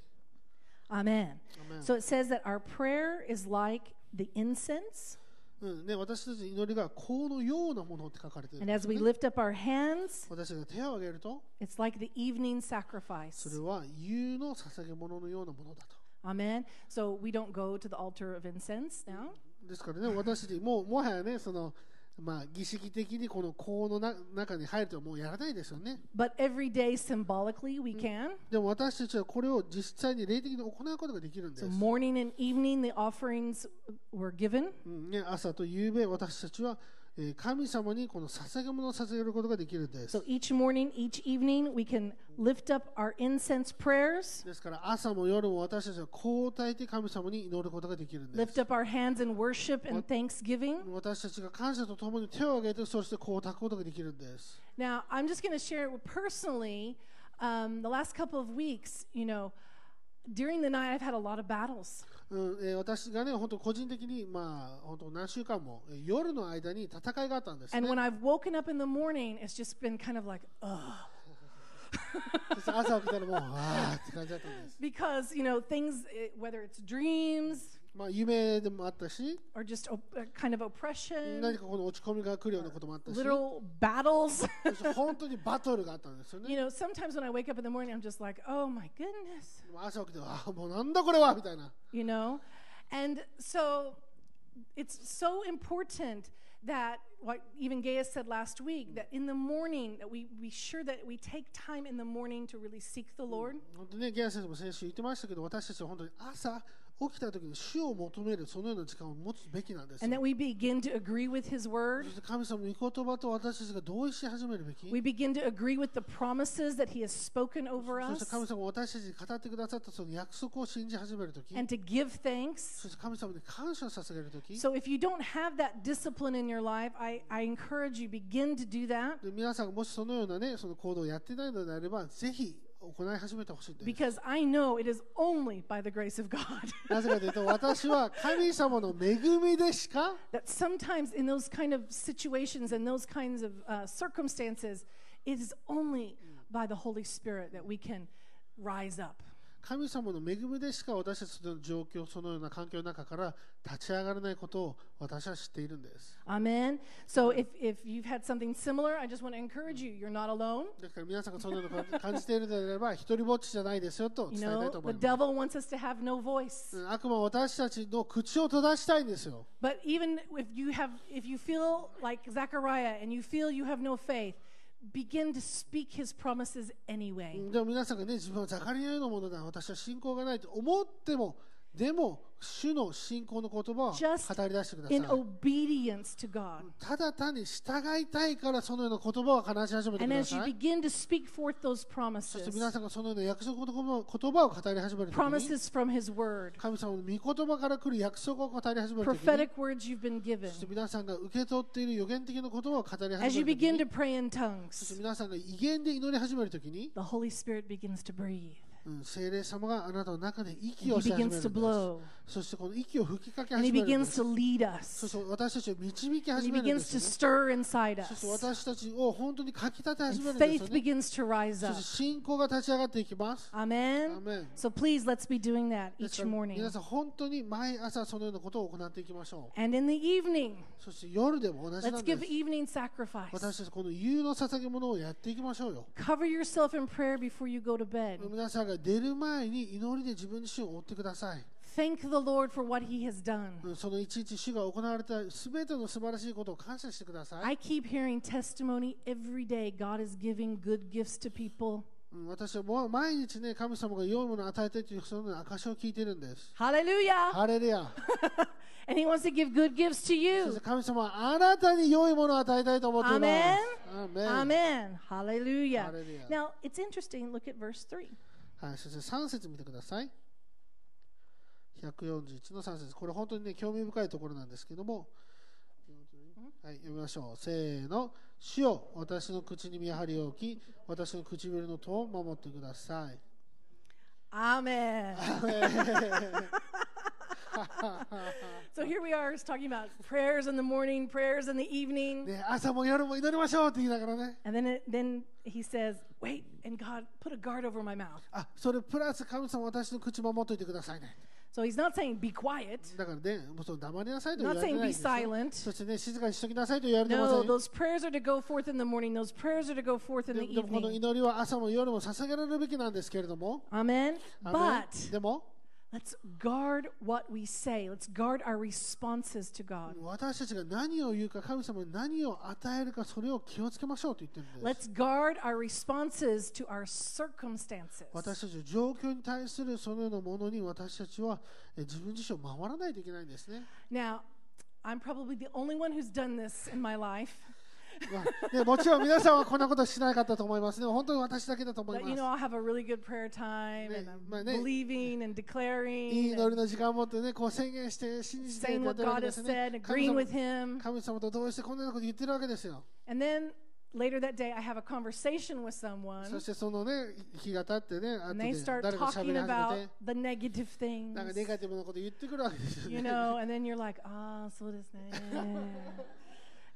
[SPEAKER 1] Amen.
[SPEAKER 2] Amen.
[SPEAKER 1] So it says that our prayer is like the incense,
[SPEAKER 2] うんね、私たちの祈りが香のようなものって書かれているん
[SPEAKER 1] and
[SPEAKER 2] で
[SPEAKER 1] as
[SPEAKER 2] す
[SPEAKER 1] we
[SPEAKER 2] よね
[SPEAKER 1] lift up our hands,
[SPEAKER 2] 私たちが手を挙げると
[SPEAKER 1] it's like the evening
[SPEAKER 2] そ
[SPEAKER 1] sacrifice.
[SPEAKER 2] れは夕の捧げ物のようなものだと
[SPEAKER 1] Amen. So we don't go to the altar of incense now.
[SPEAKER 2] ですから ね私たちもうもはやねそのまあ儀式的にこの香のな中に入るとはもうやらないですよね
[SPEAKER 1] But every day, symbolically, we can.
[SPEAKER 2] でも私たちはこれを実際に霊的に行うことができるんです
[SPEAKER 1] So morning and evening, the offerings were given.
[SPEAKER 2] うんね、朝と夕べ私たちは、えー神様にこの捧げ物を捧げることができるんです
[SPEAKER 1] So。each morning, each evening, we can lift up our incense prayers,
[SPEAKER 2] ですから朝も夜も私たちは交代で神様に祈ることができるんです
[SPEAKER 1] lift。up our hands in worship and thanksgiving.
[SPEAKER 2] 私たちが感謝とともに手を挙げてそしてこう炊くことができるんです。
[SPEAKER 1] Now, I'm just going to share it personally. Um, the last couple of weeks, you know, during the night, I've had a lot of battles.
[SPEAKER 2] うんえー私がね、本当個人的に、まあ、本当何週間も、えー夜の間に戦いがあったんです、
[SPEAKER 1] And
[SPEAKER 2] ね。
[SPEAKER 1] when I've woken up in the morning, it's just been kind of like, ugh.
[SPEAKER 2] そして朝起きたらもう、 わーって感じだったんです。
[SPEAKER 1] Because, you know, things, eh, whether it's dreams
[SPEAKER 2] まあ、夢でもあったし、
[SPEAKER 1] or just op- uh, kind of
[SPEAKER 2] 何
[SPEAKER 1] oppression,
[SPEAKER 2] かこの落ち込みが来るようなこともあったし、
[SPEAKER 1] literal battles,
[SPEAKER 2] そして本当にバトルがあったんですよ ね
[SPEAKER 1] you。know, sometimes when I wake up in the morning, I'm just like, oh my goodness,
[SPEAKER 2] でも朝起きて、ああ、もうなんだこれはみたいな。
[SPEAKER 1] you know? And so it's so important that what even Gaius said last week, that in the morning, that we be sure that we take time in the morning to really seek the Lord.
[SPEAKER 2] 本当にね、ゲア先生も先週言ってましたけど、私たちは本当に朝起きた時に主を求める、そのような時間を持つべきなんです
[SPEAKER 1] And
[SPEAKER 2] よ。
[SPEAKER 1] that we begin to agree with his word.
[SPEAKER 2] そして神様の御言葉と私たちが同意し始めるべき。
[SPEAKER 1] We begin to agree with the promises that he has spoken over
[SPEAKER 2] そ
[SPEAKER 1] us
[SPEAKER 2] して神様が私たちに語ってくださったその約束を信じ始める時
[SPEAKER 1] and to give thanks.
[SPEAKER 2] そして神様に感謝を捧げる時
[SPEAKER 1] So if you don't have that discipline in your life, I, I encourage you begin to do that
[SPEAKER 2] で皆さんがもしそのようなね、その行動をやってないのであれば、ぜひ行い始めてほしいんです。
[SPEAKER 1] because I know it is only by the grace of God
[SPEAKER 2] なぜかというと、私は神様の恵みでしか
[SPEAKER 1] that sometimes in those kind of situations and those kinds of uh, circumstances, it is only by the Holy Spirit that we can rise up.
[SPEAKER 2] 神様の恵みでしか私たちの状況、そのような環境の中から立ち上がれないことを私は知っているんです。
[SPEAKER 1] Amen. So if, if you've had something similar, I just want to encourage you. You're not alone.
[SPEAKER 2] だから皆さんがそのような感感じているのであれば、一人ぼっちじゃないですよと
[SPEAKER 1] You
[SPEAKER 2] 伝えた
[SPEAKER 1] know,
[SPEAKER 2] いと思
[SPEAKER 1] the
[SPEAKER 2] います。
[SPEAKER 1] devil wants us to have no voice.
[SPEAKER 2] うん悪魔は私たちの口を閉ざしたいんですよ。
[SPEAKER 1] But even if you have, if you feel like Zechariah and you feel you have no faith, begin to speak his promises
[SPEAKER 2] う
[SPEAKER 1] anyway.
[SPEAKER 2] んでも皆さんがね、自分はザカリアのものだ、私は信仰がないと思っても、でも、主の信仰の言葉を語
[SPEAKER 1] Just
[SPEAKER 2] り出してください
[SPEAKER 1] In。obedience to God.
[SPEAKER 2] ただ単に従いたいからそのような言葉を話し始めて
[SPEAKER 1] And
[SPEAKER 2] くだ
[SPEAKER 1] as you
[SPEAKER 2] さい。
[SPEAKER 1] begin to speak forth those
[SPEAKER 2] そして皆
[SPEAKER 1] promises,
[SPEAKER 2] さんがそのような約束の言葉を言葉を語り始めるときに、
[SPEAKER 1] promises from his word,
[SPEAKER 2] 神様の御言葉から来る約束を語り始めるときに、
[SPEAKER 1] prophetic words you've been
[SPEAKER 2] そ
[SPEAKER 1] given,
[SPEAKER 2] して皆さんが受け取っている予言的な言葉を語り
[SPEAKER 1] as
[SPEAKER 2] 始
[SPEAKER 1] you
[SPEAKER 2] めるとき
[SPEAKER 1] begin
[SPEAKER 2] に
[SPEAKER 1] to、pray in
[SPEAKER 2] そし
[SPEAKER 1] tongues,
[SPEAKER 2] て皆さんが威厳で祈り始めるときに、
[SPEAKER 1] the Holy Spirit begins to breathe.
[SPEAKER 2] うん聖霊様があなたの中で
[SPEAKER 1] And
[SPEAKER 2] 息を
[SPEAKER 1] he
[SPEAKER 2] し始める
[SPEAKER 1] begins
[SPEAKER 2] んで
[SPEAKER 1] to
[SPEAKER 2] す。
[SPEAKER 1] blow.
[SPEAKER 2] そしてこの息を吹きかけ
[SPEAKER 1] And he
[SPEAKER 2] 始めるんで
[SPEAKER 1] begins
[SPEAKER 2] す
[SPEAKER 1] to。lead
[SPEAKER 2] そし
[SPEAKER 1] us.
[SPEAKER 2] て私たちを導き
[SPEAKER 1] And he
[SPEAKER 2] 始めるんで
[SPEAKER 1] begins
[SPEAKER 2] す
[SPEAKER 1] to
[SPEAKER 2] ね。
[SPEAKER 1] stir inside
[SPEAKER 2] そして
[SPEAKER 1] us.
[SPEAKER 2] 私たちを本当にかき立て始
[SPEAKER 1] And
[SPEAKER 2] めるんですよ
[SPEAKER 1] faith
[SPEAKER 2] ね。
[SPEAKER 1] begins to rise
[SPEAKER 2] そ
[SPEAKER 1] up.
[SPEAKER 2] して信仰が立ち上がっていきます。ア
[SPEAKER 1] Amen.
[SPEAKER 2] メン
[SPEAKER 1] So please, let's be doing that
[SPEAKER 2] ですか
[SPEAKER 1] each
[SPEAKER 2] ら
[SPEAKER 1] morning.
[SPEAKER 2] 皆さん本当に毎朝そのようなことを行っていきましょ
[SPEAKER 1] And in the evening,
[SPEAKER 2] う。そして夜でも同じな
[SPEAKER 1] let's
[SPEAKER 2] んで
[SPEAKER 1] give
[SPEAKER 2] す。
[SPEAKER 1] evening sacrifice.
[SPEAKER 2] 私たちこの夕の捧げ物をやっていきましょうよ。
[SPEAKER 1] Cover yourself in prayer before you go to bed.
[SPEAKER 2] 皆さんが出る前に祈りで自分自身を追ってください。
[SPEAKER 1] Thank the Lord for what he has done.
[SPEAKER 2] うんそのいちいち主が行われたすべての素晴らしいことを感謝してください。
[SPEAKER 1] I keep hearing testimony every day. God is giving good gifts to people.
[SPEAKER 2] うん私はもう毎日ね、神様が良いものを与えてというそのような証を聞いてるんです。
[SPEAKER 1] Hallelujah.
[SPEAKER 2] ハレルヤ。
[SPEAKER 1] And he wants to give good gifts to
[SPEAKER 2] そし
[SPEAKER 1] you.
[SPEAKER 2] て神様はあなたに良いものを与えたいと思っています。アーメン
[SPEAKER 1] Amen. Hallelujah.
[SPEAKER 2] Hallelujah.
[SPEAKER 1] Now, it's interesting. Look at verse 3.
[SPEAKER 2] はい、そして3節見てください。141の3節これ本当にね、興味深いところなんですけども、はい、読みましょう。せーの。主よ、私の口に見張りを置き、私の唇の戸を守ってくださ い。
[SPEAKER 1] Amen. so here we are it's talking about prayers in the morning, prayers in the evening.
[SPEAKER 2] ね、朝も夜も祈りましょうって言いながらね。
[SPEAKER 1] And then, it, then he says, Wait, and God, put a guard over my mouth.
[SPEAKER 2] あ、それプラス神様私の口守っといてくださいね。
[SPEAKER 1] So he's not saying be quiet,
[SPEAKER 2] だからね、もうその黙りなさいと言
[SPEAKER 1] not
[SPEAKER 2] われて
[SPEAKER 1] saying
[SPEAKER 2] ないん
[SPEAKER 1] be
[SPEAKER 2] ですよ。
[SPEAKER 1] silent.
[SPEAKER 2] そしてね、静かにしときなさいと言われてませ
[SPEAKER 1] No,
[SPEAKER 2] ん。
[SPEAKER 1] those prayers are to go forth in the morning, those prayers are to go forth in
[SPEAKER 2] で
[SPEAKER 1] the
[SPEAKER 2] でもこの
[SPEAKER 1] evening.
[SPEAKER 2] 祈りは朝も夜も捧げられるべきなんですけれども、
[SPEAKER 1] Amen.
[SPEAKER 2] アメン
[SPEAKER 1] But
[SPEAKER 2] でも
[SPEAKER 1] let's guard what we say, let's guard our responses to God.
[SPEAKER 2] 私たちが何を言うか神様に何を与えるかそれを気をつけましょうと言ってるんです
[SPEAKER 1] Let's guard our responses to our circumstances.
[SPEAKER 2] 私たちの状況に対するそのようなものに私たちはえ自分自身を守らないといけないんですね、
[SPEAKER 1] Now, I'm probably the only one who's done this in my life.
[SPEAKER 2] まあねもちろん皆さんはこんなことしなかったと思いますね本当に私だけだと思い
[SPEAKER 1] But you
[SPEAKER 2] ま
[SPEAKER 1] know,
[SPEAKER 2] す
[SPEAKER 1] I'll have a really good prayer time, and
[SPEAKER 2] Ne-
[SPEAKER 1] I'm
[SPEAKER 2] ma- ne-
[SPEAKER 1] believing and
[SPEAKER 2] いい
[SPEAKER 1] declaring,
[SPEAKER 2] 祈
[SPEAKER 1] and
[SPEAKER 2] りの時間を持ってねこう宣言して信じてや
[SPEAKER 1] saying
[SPEAKER 2] っ
[SPEAKER 1] what
[SPEAKER 2] てるわ
[SPEAKER 1] God
[SPEAKER 2] けで
[SPEAKER 1] has
[SPEAKER 2] す
[SPEAKER 1] said,
[SPEAKER 2] ね
[SPEAKER 1] agreeing
[SPEAKER 2] 神
[SPEAKER 1] with
[SPEAKER 2] 様
[SPEAKER 1] Him.
[SPEAKER 2] 神様と同意してこんなこと言ってるわけですよ
[SPEAKER 1] And then later that day, I have a conversation with someone,
[SPEAKER 2] そしてそのね日が経ってね後
[SPEAKER 1] and
[SPEAKER 2] で
[SPEAKER 1] they start
[SPEAKER 2] 誰かと
[SPEAKER 1] talking
[SPEAKER 2] 喋り始
[SPEAKER 1] about
[SPEAKER 2] めて
[SPEAKER 1] the negative
[SPEAKER 2] なんかネ
[SPEAKER 1] things,
[SPEAKER 2] ガティブなこと言ってくるわけ ですよ
[SPEAKER 1] you
[SPEAKER 2] ね
[SPEAKER 1] know, and then you're like, ah, so does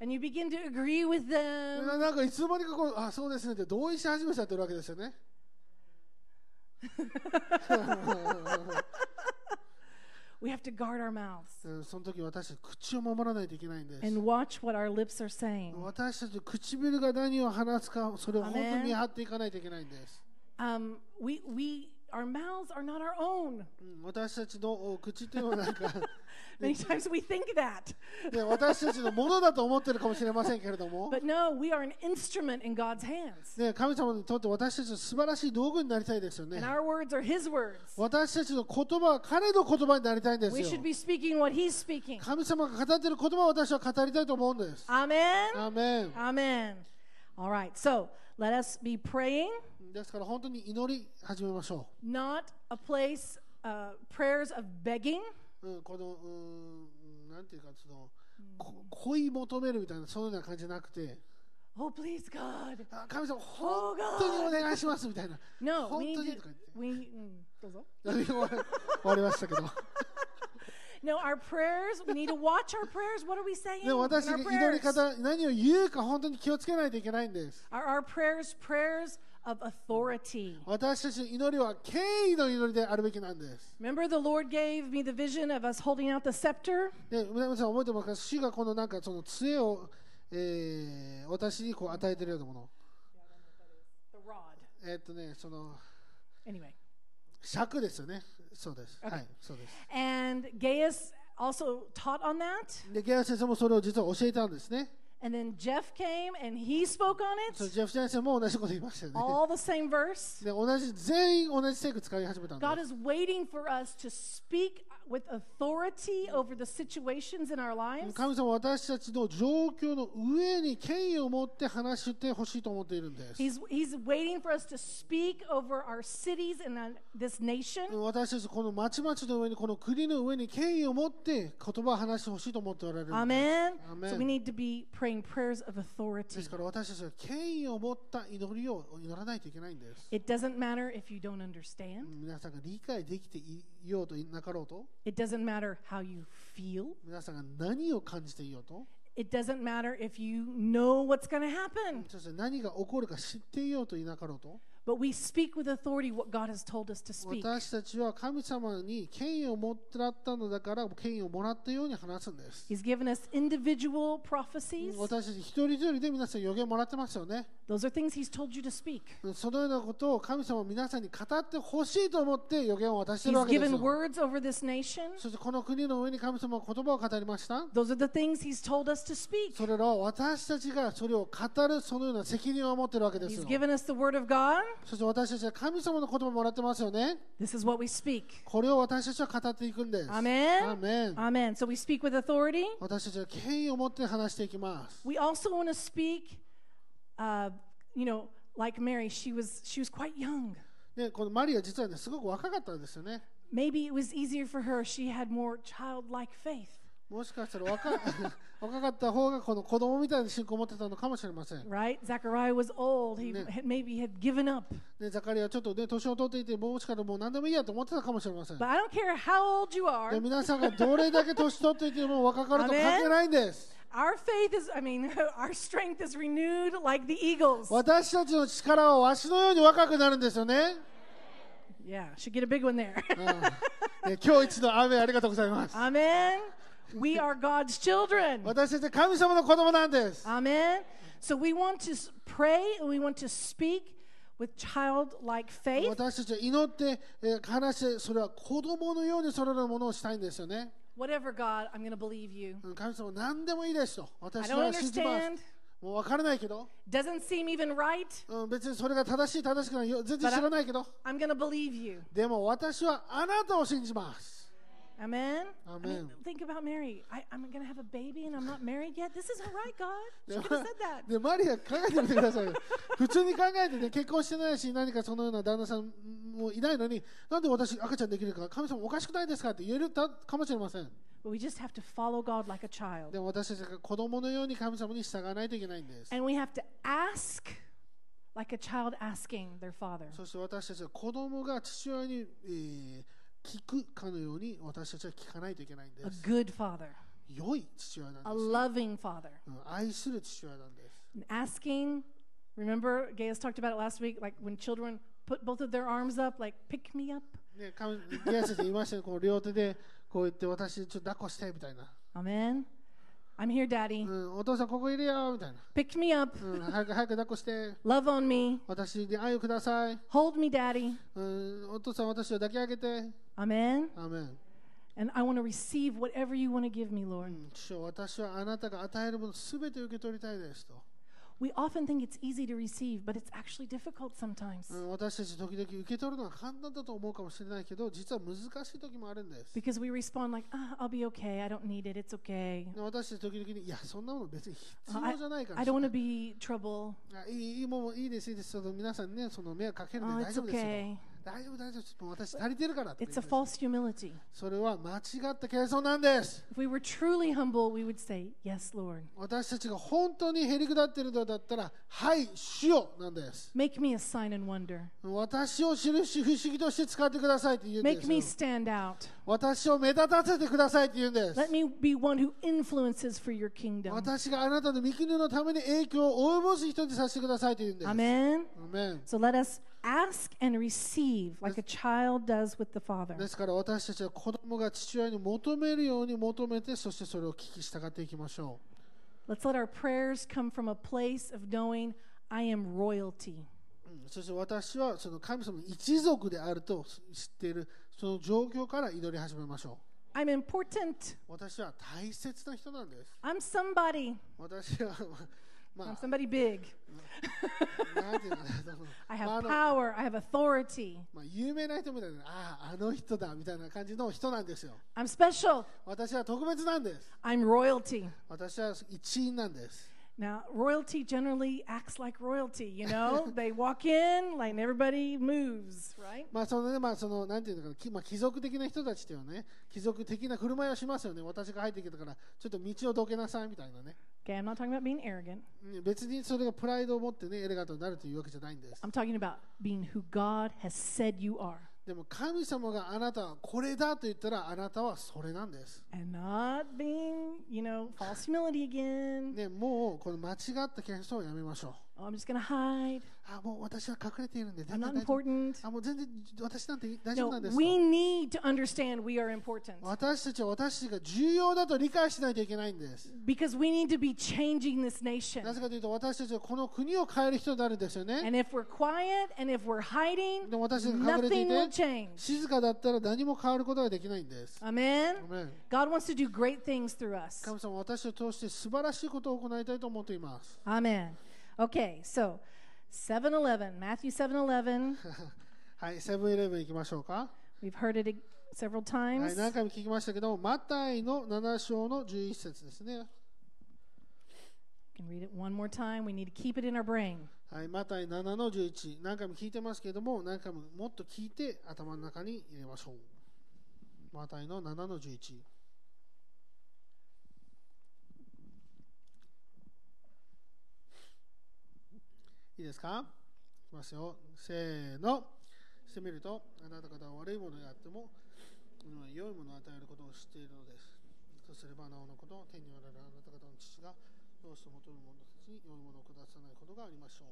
[SPEAKER 1] And you begin to agree with
[SPEAKER 2] な
[SPEAKER 1] them.
[SPEAKER 2] なんかいつの間にかこう、あ、そうですねって同意し始めちゃってるわけです よね。
[SPEAKER 1] We have to guard our mouths
[SPEAKER 2] うんその時私たち口を守らないといけないんです。
[SPEAKER 1] and watch what our lips are saying.
[SPEAKER 2] 私たち唇が何を話すか、それを本当
[SPEAKER 1] Amen
[SPEAKER 2] に見張っていかないといけないんです。
[SPEAKER 1] Um, we, we, our mouths are not our own.
[SPEAKER 2] うん私たちのお口というのはなんか
[SPEAKER 1] Many times we think that.
[SPEAKER 2] ね、私たちのものだと思ってるかもしれませんけれど も、
[SPEAKER 1] But no, we are an instrument in God's hands.
[SPEAKER 2] ね、神様にとって私たちの素晴らしい道具になりたいですよね
[SPEAKER 1] And。our words are His words.
[SPEAKER 2] 私たちの言葉は彼の言葉になりたいんです
[SPEAKER 1] We
[SPEAKER 2] よ。
[SPEAKER 1] should be speaking what He's speaking.
[SPEAKER 2] 神様が語っている言葉を私は語りたいと思うんです。
[SPEAKER 1] Amen.
[SPEAKER 2] アーメン
[SPEAKER 1] Amen. All right. So let us be praying,
[SPEAKER 2] ですから本当に祈り始めましょ
[SPEAKER 1] not a place, uh, prayers of begging.
[SPEAKER 2] う。うん、このうーんなんていうかその、こ恋求めるみたいなそういうような感じじゃなくて、
[SPEAKER 1] Oh, please, God.
[SPEAKER 2] あ神
[SPEAKER 1] Oh,
[SPEAKER 2] 様本当にお
[SPEAKER 1] God.
[SPEAKER 2] 願いしますみたいな。
[SPEAKER 1] No, we need
[SPEAKER 2] 本当
[SPEAKER 1] to.
[SPEAKER 2] にとか
[SPEAKER 1] We, mm, どうぞ。
[SPEAKER 2] 言って。終わりましたけど。
[SPEAKER 1] no, our prayers, we need to watch our prayers. What are we saying?
[SPEAKER 2] でも
[SPEAKER 1] in
[SPEAKER 2] 私
[SPEAKER 1] our
[SPEAKER 2] の祈り
[SPEAKER 1] prayers?
[SPEAKER 2] 方何を言うか本当に気をつけないといけないんです。
[SPEAKER 1] Are our prayers prayers of authority.
[SPEAKER 2] 私たちの祈りは敬意の祈りであるべきなんです。
[SPEAKER 1] Remember, the Lord gave me the vision of us holding out the scepter?
[SPEAKER 2] で皆さん覚えてますか主がこのなんかその杖を、えー私にこう与えてるようなもの。
[SPEAKER 1] The rod.
[SPEAKER 2] えーっとね、その
[SPEAKER 1] Anyway.
[SPEAKER 2] 尺ですよね。そうです。はい、そうです。
[SPEAKER 1] And Gaius also taught on that.
[SPEAKER 2] で、ゲア先生もそれを実は教えたんですね。
[SPEAKER 1] And then Jeff came and he spoke on
[SPEAKER 2] そう
[SPEAKER 1] it.
[SPEAKER 2] ジェフ先生も同じこと言いましたよね。
[SPEAKER 1] All the same verse.
[SPEAKER 2] で同じ全員同じテク使い始めたん
[SPEAKER 1] God
[SPEAKER 2] で
[SPEAKER 1] is
[SPEAKER 2] す。
[SPEAKER 1] waiting for us to speak with authority over the situations in our lives.
[SPEAKER 2] 神様は私たちの状況の上に権威を持って話してほしいと思っているんです。
[SPEAKER 1] He's, he's waiting for us to speak over our cities and on this nation.
[SPEAKER 2] 私たちこの町々の上にこの国の上に権威を持って言葉を話してほしいと思っておられるんです。
[SPEAKER 1] Amen.
[SPEAKER 2] Amen.
[SPEAKER 1] So we need to be praying prayers of authority.
[SPEAKER 2] ですから私たちは権威を持った祈りを祈らないといけないんです。
[SPEAKER 1] It doesn't matter if you don't understand.
[SPEAKER 2] 皆さんが理解できていようといなかろうと、
[SPEAKER 1] It doesn't matter how you feel.
[SPEAKER 2] 皆さんが何を感じていようと、
[SPEAKER 1] It doesn't matter if you know what's going to happen.
[SPEAKER 2] そして何が起こるか知っていようといなかろうと、
[SPEAKER 1] But we speak with authority what God has told us to speak.
[SPEAKER 2] 私たちは神様に権威をもらったのだから権威をもらったように話すんです。
[SPEAKER 1] He's given us individual prophecies.
[SPEAKER 2] 私たち一人一人で皆さん予言もらってますよね。
[SPEAKER 1] Those are things He's told you to speak.
[SPEAKER 2] そのようなことを神様は皆さんに語ってほしいと思って予言を渡している
[SPEAKER 1] He's
[SPEAKER 2] わけですよ
[SPEAKER 1] given words over this nation.
[SPEAKER 2] そしてこの国の上に神様は言葉を語りました。
[SPEAKER 1] Those are the things He's told us to speak.
[SPEAKER 2] それらを私たちがそれを語るそのような責任を持っているわけです
[SPEAKER 1] He's
[SPEAKER 2] よ。
[SPEAKER 1] given us the Word of God.
[SPEAKER 2] そして私たちは神様の言葉をもらってますよね。
[SPEAKER 1] This is what we speak.
[SPEAKER 2] これを私たちは語っていくんです。
[SPEAKER 1] Amen.
[SPEAKER 2] アーメン
[SPEAKER 1] Amen. So we speak with authority.
[SPEAKER 2] 私たちは権威を持って話していきます。
[SPEAKER 1] We also want to speak, uh, you know, like Mary. She was she was quite young.
[SPEAKER 2] で、このマリア実はね、すごく若かったんですよね。
[SPEAKER 1] Maybe it was easier for her. She had more childlike faith,
[SPEAKER 2] もしか したら若若かった方がこの子供みたいな信仰を持ってたのかもしれません。
[SPEAKER 1] right? Zechariah was old. He
[SPEAKER 2] No.
[SPEAKER 1] had, maybe had given up.
[SPEAKER 2] ね、ザカリアはちょっとね、年を取っていて、もしかしたらもう何でもいいやと思ってたかもしれません。
[SPEAKER 1] But I don't care how old you
[SPEAKER 2] で
[SPEAKER 1] are.
[SPEAKER 2] 皆さんがどれだけ年取っていても若かる
[SPEAKER 1] アー
[SPEAKER 2] と
[SPEAKER 1] メン
[SPEAKER 2] 関係ないんです。
[SPEAKER 1] Our faith is, I mean, our strength is renewed like the eagles.
[SPEAKER 2] 私たちの力はわしのように若くなるんですよね。
[SPEAKER 1] Yeah, should get a big one there.
[SPEAKER 2] ね今日一の雨ありがとうございます。
[SPEAKER 1] Amen. We are God's children.
[SPEAKER 2] 私たちは神様の子供なんです。
[SPEAKER 1] Amen. So we want to s- pray and we want to speak with childlike faith.
[SPEAKER 2] 私たちは祈って、えー話して、それは子供のようにそれらのものをしたいんですよね。
[SPEAKER 1] Whatever, God, I'm going to believe you.
[SPEAKER 2] うん神様何でもいいですと。
[SPEAKER 1] I
[SPEAKER 2] 私
[SPEAKER 1] don't
[SPEAKER 2] は信じます。
[SPEAKER 1] understand.
[SPEAKER 2] もう分からないけど、
[SPEAKER 1] Doesn't seem even right.
[SPEAKER 2] うん、別にそれが正しい正しくないよ全然知らないけど。
[SPEAKER 1] I'm going to believe you.
[SPEAKER 2] でも私はあなたを信じます。
[SPEAKER 1] Amen. I mean,
[SPEAKER 2] Amen.
[SPEAKER 1] think about Mary. I, I'm going to have a baby and I'm not married yet. This isn't right, God. She
[SPEAKER 2] で
[SPEAKER 1] could have said that.
[SPEAKER 2] でマリア考えてみてくださいよ。 普通に考えてね、結婚してないし、何かそのような旦那さんもいないのに、なんで私赤ちゃんできるから、神様おかしくないですかって言えるたかもしれません。
[SPEAKER 1] But we just have to follow God like a child.
[SPEAKER 2] でも私たちが子供のように神様に従わないといけないんです。
[SPEAKER 1] And we have to ask like a child asking their father.
[SPEAKER 2] そして私たちは子供が父親に、えー聞くかのように私たちは聞かないといけないんで
[SPEAKER 1] A
[SPEAKER 2] す。
[SPEAKER 1] good father,
[SPEAKER 2] 良い父親なんで
[SPEAKER 1] a。
[SPEAKER 2] す
[SPEAKER 1] loving father.
[SPEAKER 2] うん愛する父親なんです。
[SPEAKER 1] And asking, remember, Gaius talked about it last week, like when children put both of their arms up, like, pick me up.
[SPEAKER 2] ね、神イエスって言いましたよ、こう両手でこう言って私ちょっと抱っこしてみたいな。
[SPEAKER 1] Amen. I'm here, daddy.
[SPEAKER 2] うん、お父さんここいるよみたいな。
[SPEAKER 1] Pick me up.
[SPEAKER 2] うん、早く早く抱っこして。
[SPEAKER 1] Love on me.
[SPEAKER 2] 私に愛をください。
[SPEAKER 1] Hold me, daddy.
[SPEAKER 2] うん、お父さん私を抱き上げて。
[SPEAKER 1] Amen.
[SPEAKER 2] アーメン。
[SPEAKER 1] And I want to receive whatever you want to give me,
[SPEAKER 2] う
[SPEAKER 1] Lord.
[SPEAKER 2] ん主よ私はあなたが与えるものすべて受け取りたいですと。
[SPEAKER 1] We often think it's easy to receive, but it's actually difficult sometimes
[SPEAKER 2] うん、私たち時々受け取るのは簡単だと思うかもしれないけど、実は難しい時もあるんです。
[SPEAKER 1] because we respond like, ah, I'll be okay. I don't need it. It's okay.
[SPEAKER 2] 私たち時々に、いや、そんなもの別に必
[SPEAKER 1] I,
[SPEAKER 2] 要じゃないか
[SPEAKER 1] I
[SPEAKER 2] ら。
[SPEAKER 1] don't want to be trouble.
[SPEAKER 2] あいいいいもういいです、いいです。その皆さんね、その迷惑かける
[SPEAKER 1] Oh,
[SPEAKER 2] んで大
[SPEAKER 1] it's
[SPEAKER 2] 丈夫ですよ。
[SPEAKER 1] okay.
[SPEAKER 2] 大大丈夫、大丈夫、ちょっともう私足りてるからって言い
[SPEAKER 1] It's a
[SPEAKER 2] ま
[SPEAKER 1] false
[SPEAKER 2] す
[SPEAKER 1] humility.
[SPEAKER 2] それは間違った謙遜なんです。
[SPEAKER 1] If we were truly humble, we would say, Yes, Lord.
[SPEAKER 2] 私たちが本当にへりくだっているのだったら、はい、主よなんです。
[SPEAKER 1] Make me a sign and wonder.
[SPEAKER 2] 私を印不思議として使ってくださいって言うんで
[SPEAKER 1] Make me
[SPEAKER 2] す。
[SPEAKER 1] stand out.
[SPEAKER 2] 私を目立たせてくださいって言うんです
[SPEAKER 1] Let。me be one who influences for your kingdom.
[SPEAKER 2] 私があなたの御国のために影響を及ぼす人にさせてくださいと言うんです。
[SPEAKER 1] Amen.
[SPEAKER 2] アメン
[SPEAKER 1] So let us ask and receive like a child does with the Father.
[SPEAKER 2] ですから私たちは子供が父親に求めるように求めて、そしてそれを聞き従っていきましょ
[SPEAKER 1] Let's let our prayers come from a place of knowing I am royalty.
[SPEAKER 2] う。うんそして私はその神様の一族であると知っているその状況から祈り始めましょ
[SPEAKER 1] I'm important.
[SPEAKER 2] う。私は大切な人なんです。
[SPEAKER 1] I'm somebody.
[SPEAKER 2] 私は、
[SPEAKER 1] I'm
[SPEAKER 2] ま
[SPEAKER 1] somebody big.
[SPEAKER 2] あ、なんていうのかな
[SPEAKER 1] I
[SPEAKER 2] まあ
[SPEAKER 1] have
[SPEAKER 2] あの
[SPEAKER 1] power. I have authority.
[SPEAKER 2] まあ、有名な人みたいな、ああ、あの人だみたいな感じの人なんですよ。
[SPEAKER 1] I'm special.
[SPEAKER 2] 私は特別なんです。
[SPEAKER 1] I'm royalty.
[SPEAKER 2] 私は一員なんです。
[SPEAKER 1] Now, royalty generally acts like royalty, you know? they walk in like everybody moves, right?
[SPEAKER 2] まあそのね、まあその、なんていうのかな、きまあ、貴族的な人たちっていうのはね、貴族的な振る舞いをしますよね。私が入ってきたから、ちょっと道をどけなさいみたいなね。
[SPEAKER 1] Okay, I'm not talking about being arrogant.
[SPEAKER 2] うん別にそれがプライドを持ってね、エレガントになるというわけじゃないんです。
[SPEAKER 1] I'm talking about being who God has said you are
[SPEAKER 2] でも神様があなたはこれだと言ったら、あなたはそれなんです。
[SPEAKER 1] and not being, you know, false humility again.
[SPEAKER 2] ね、もうこの間違った謙遜をやめましょう。
[SPEAKER 1] Oh, I'm just going to hide.
[SPEAKER 2] あ、もう私は隠れているんで、
[SPEAKER 1] I'm
[SPEAKER 2] 全
[SPEAKER 1] not
[SPEAKER 2] 然大丈夫。
[SPEAKER 1] important.
[SPEAKER 2] あ、もう全然私なんて大丈夫な
[SPEAKER 1] No,
[SPEAKER 2] んですと。
[SPEAKER 1] we need to understand we are important
[SPEAKER 2] 私たちは私たちが重要だと理解しないといけないんです。
[SPEAKER 1] because we need to be changing this nation.
[SPEAKER 2] なぜかというと、私たちはこの国を変える人になるんですよね。
[SPEAKER 1] And if we're quiet and if we're hiding,
[SPEAKER 2] でも私たちが隠れて
[SPEAKER 1] nothing
[SPEAKER 2] い
[SPEAKER 1] will
[SPEAKER 2] て、
[SPEAKER 1] change.
[SPEAKER 2] 静かだったら何も変わることができないんです。
[SPEAKER 1] Amen.
[SPEAKER 2] ごめん
[SPEAKER 1] God wants to do great things through us.
[SPEAKER 2] 神様、私を通して素晴らしいことを行いたいと思っています。
[SPEAKER 1] Amen. Okay, so 7-Eleven, Matthew 7-Eleven.
[SPEAKER 2] はい、セブンイレブン行きましょうか。
[SPEAKER 1] We've heard it ag- several
[SPEAKER 2] はい、
[SPEAKER 1] times.
[SPEAKER 2] 何回も聞きましたけども、マタイの7章の11節ですね。
[SPEAKER 1] can read it one more time. We need to keep it in our brain.
[SPEAKER 2] はい、マタイ7の11。何回も聞いてますけども、何回ももっと聞いて頭の中に入れましょう。マタイの7の11。いいですかいきますよ。せーの。してみると、あなた方は悪いものであっても、今良いものを与えることを知っているのです。そうすれば、なおのことを天におられるあなた方の父が、どうして求める者たちに良いものを下さないことがありましょう。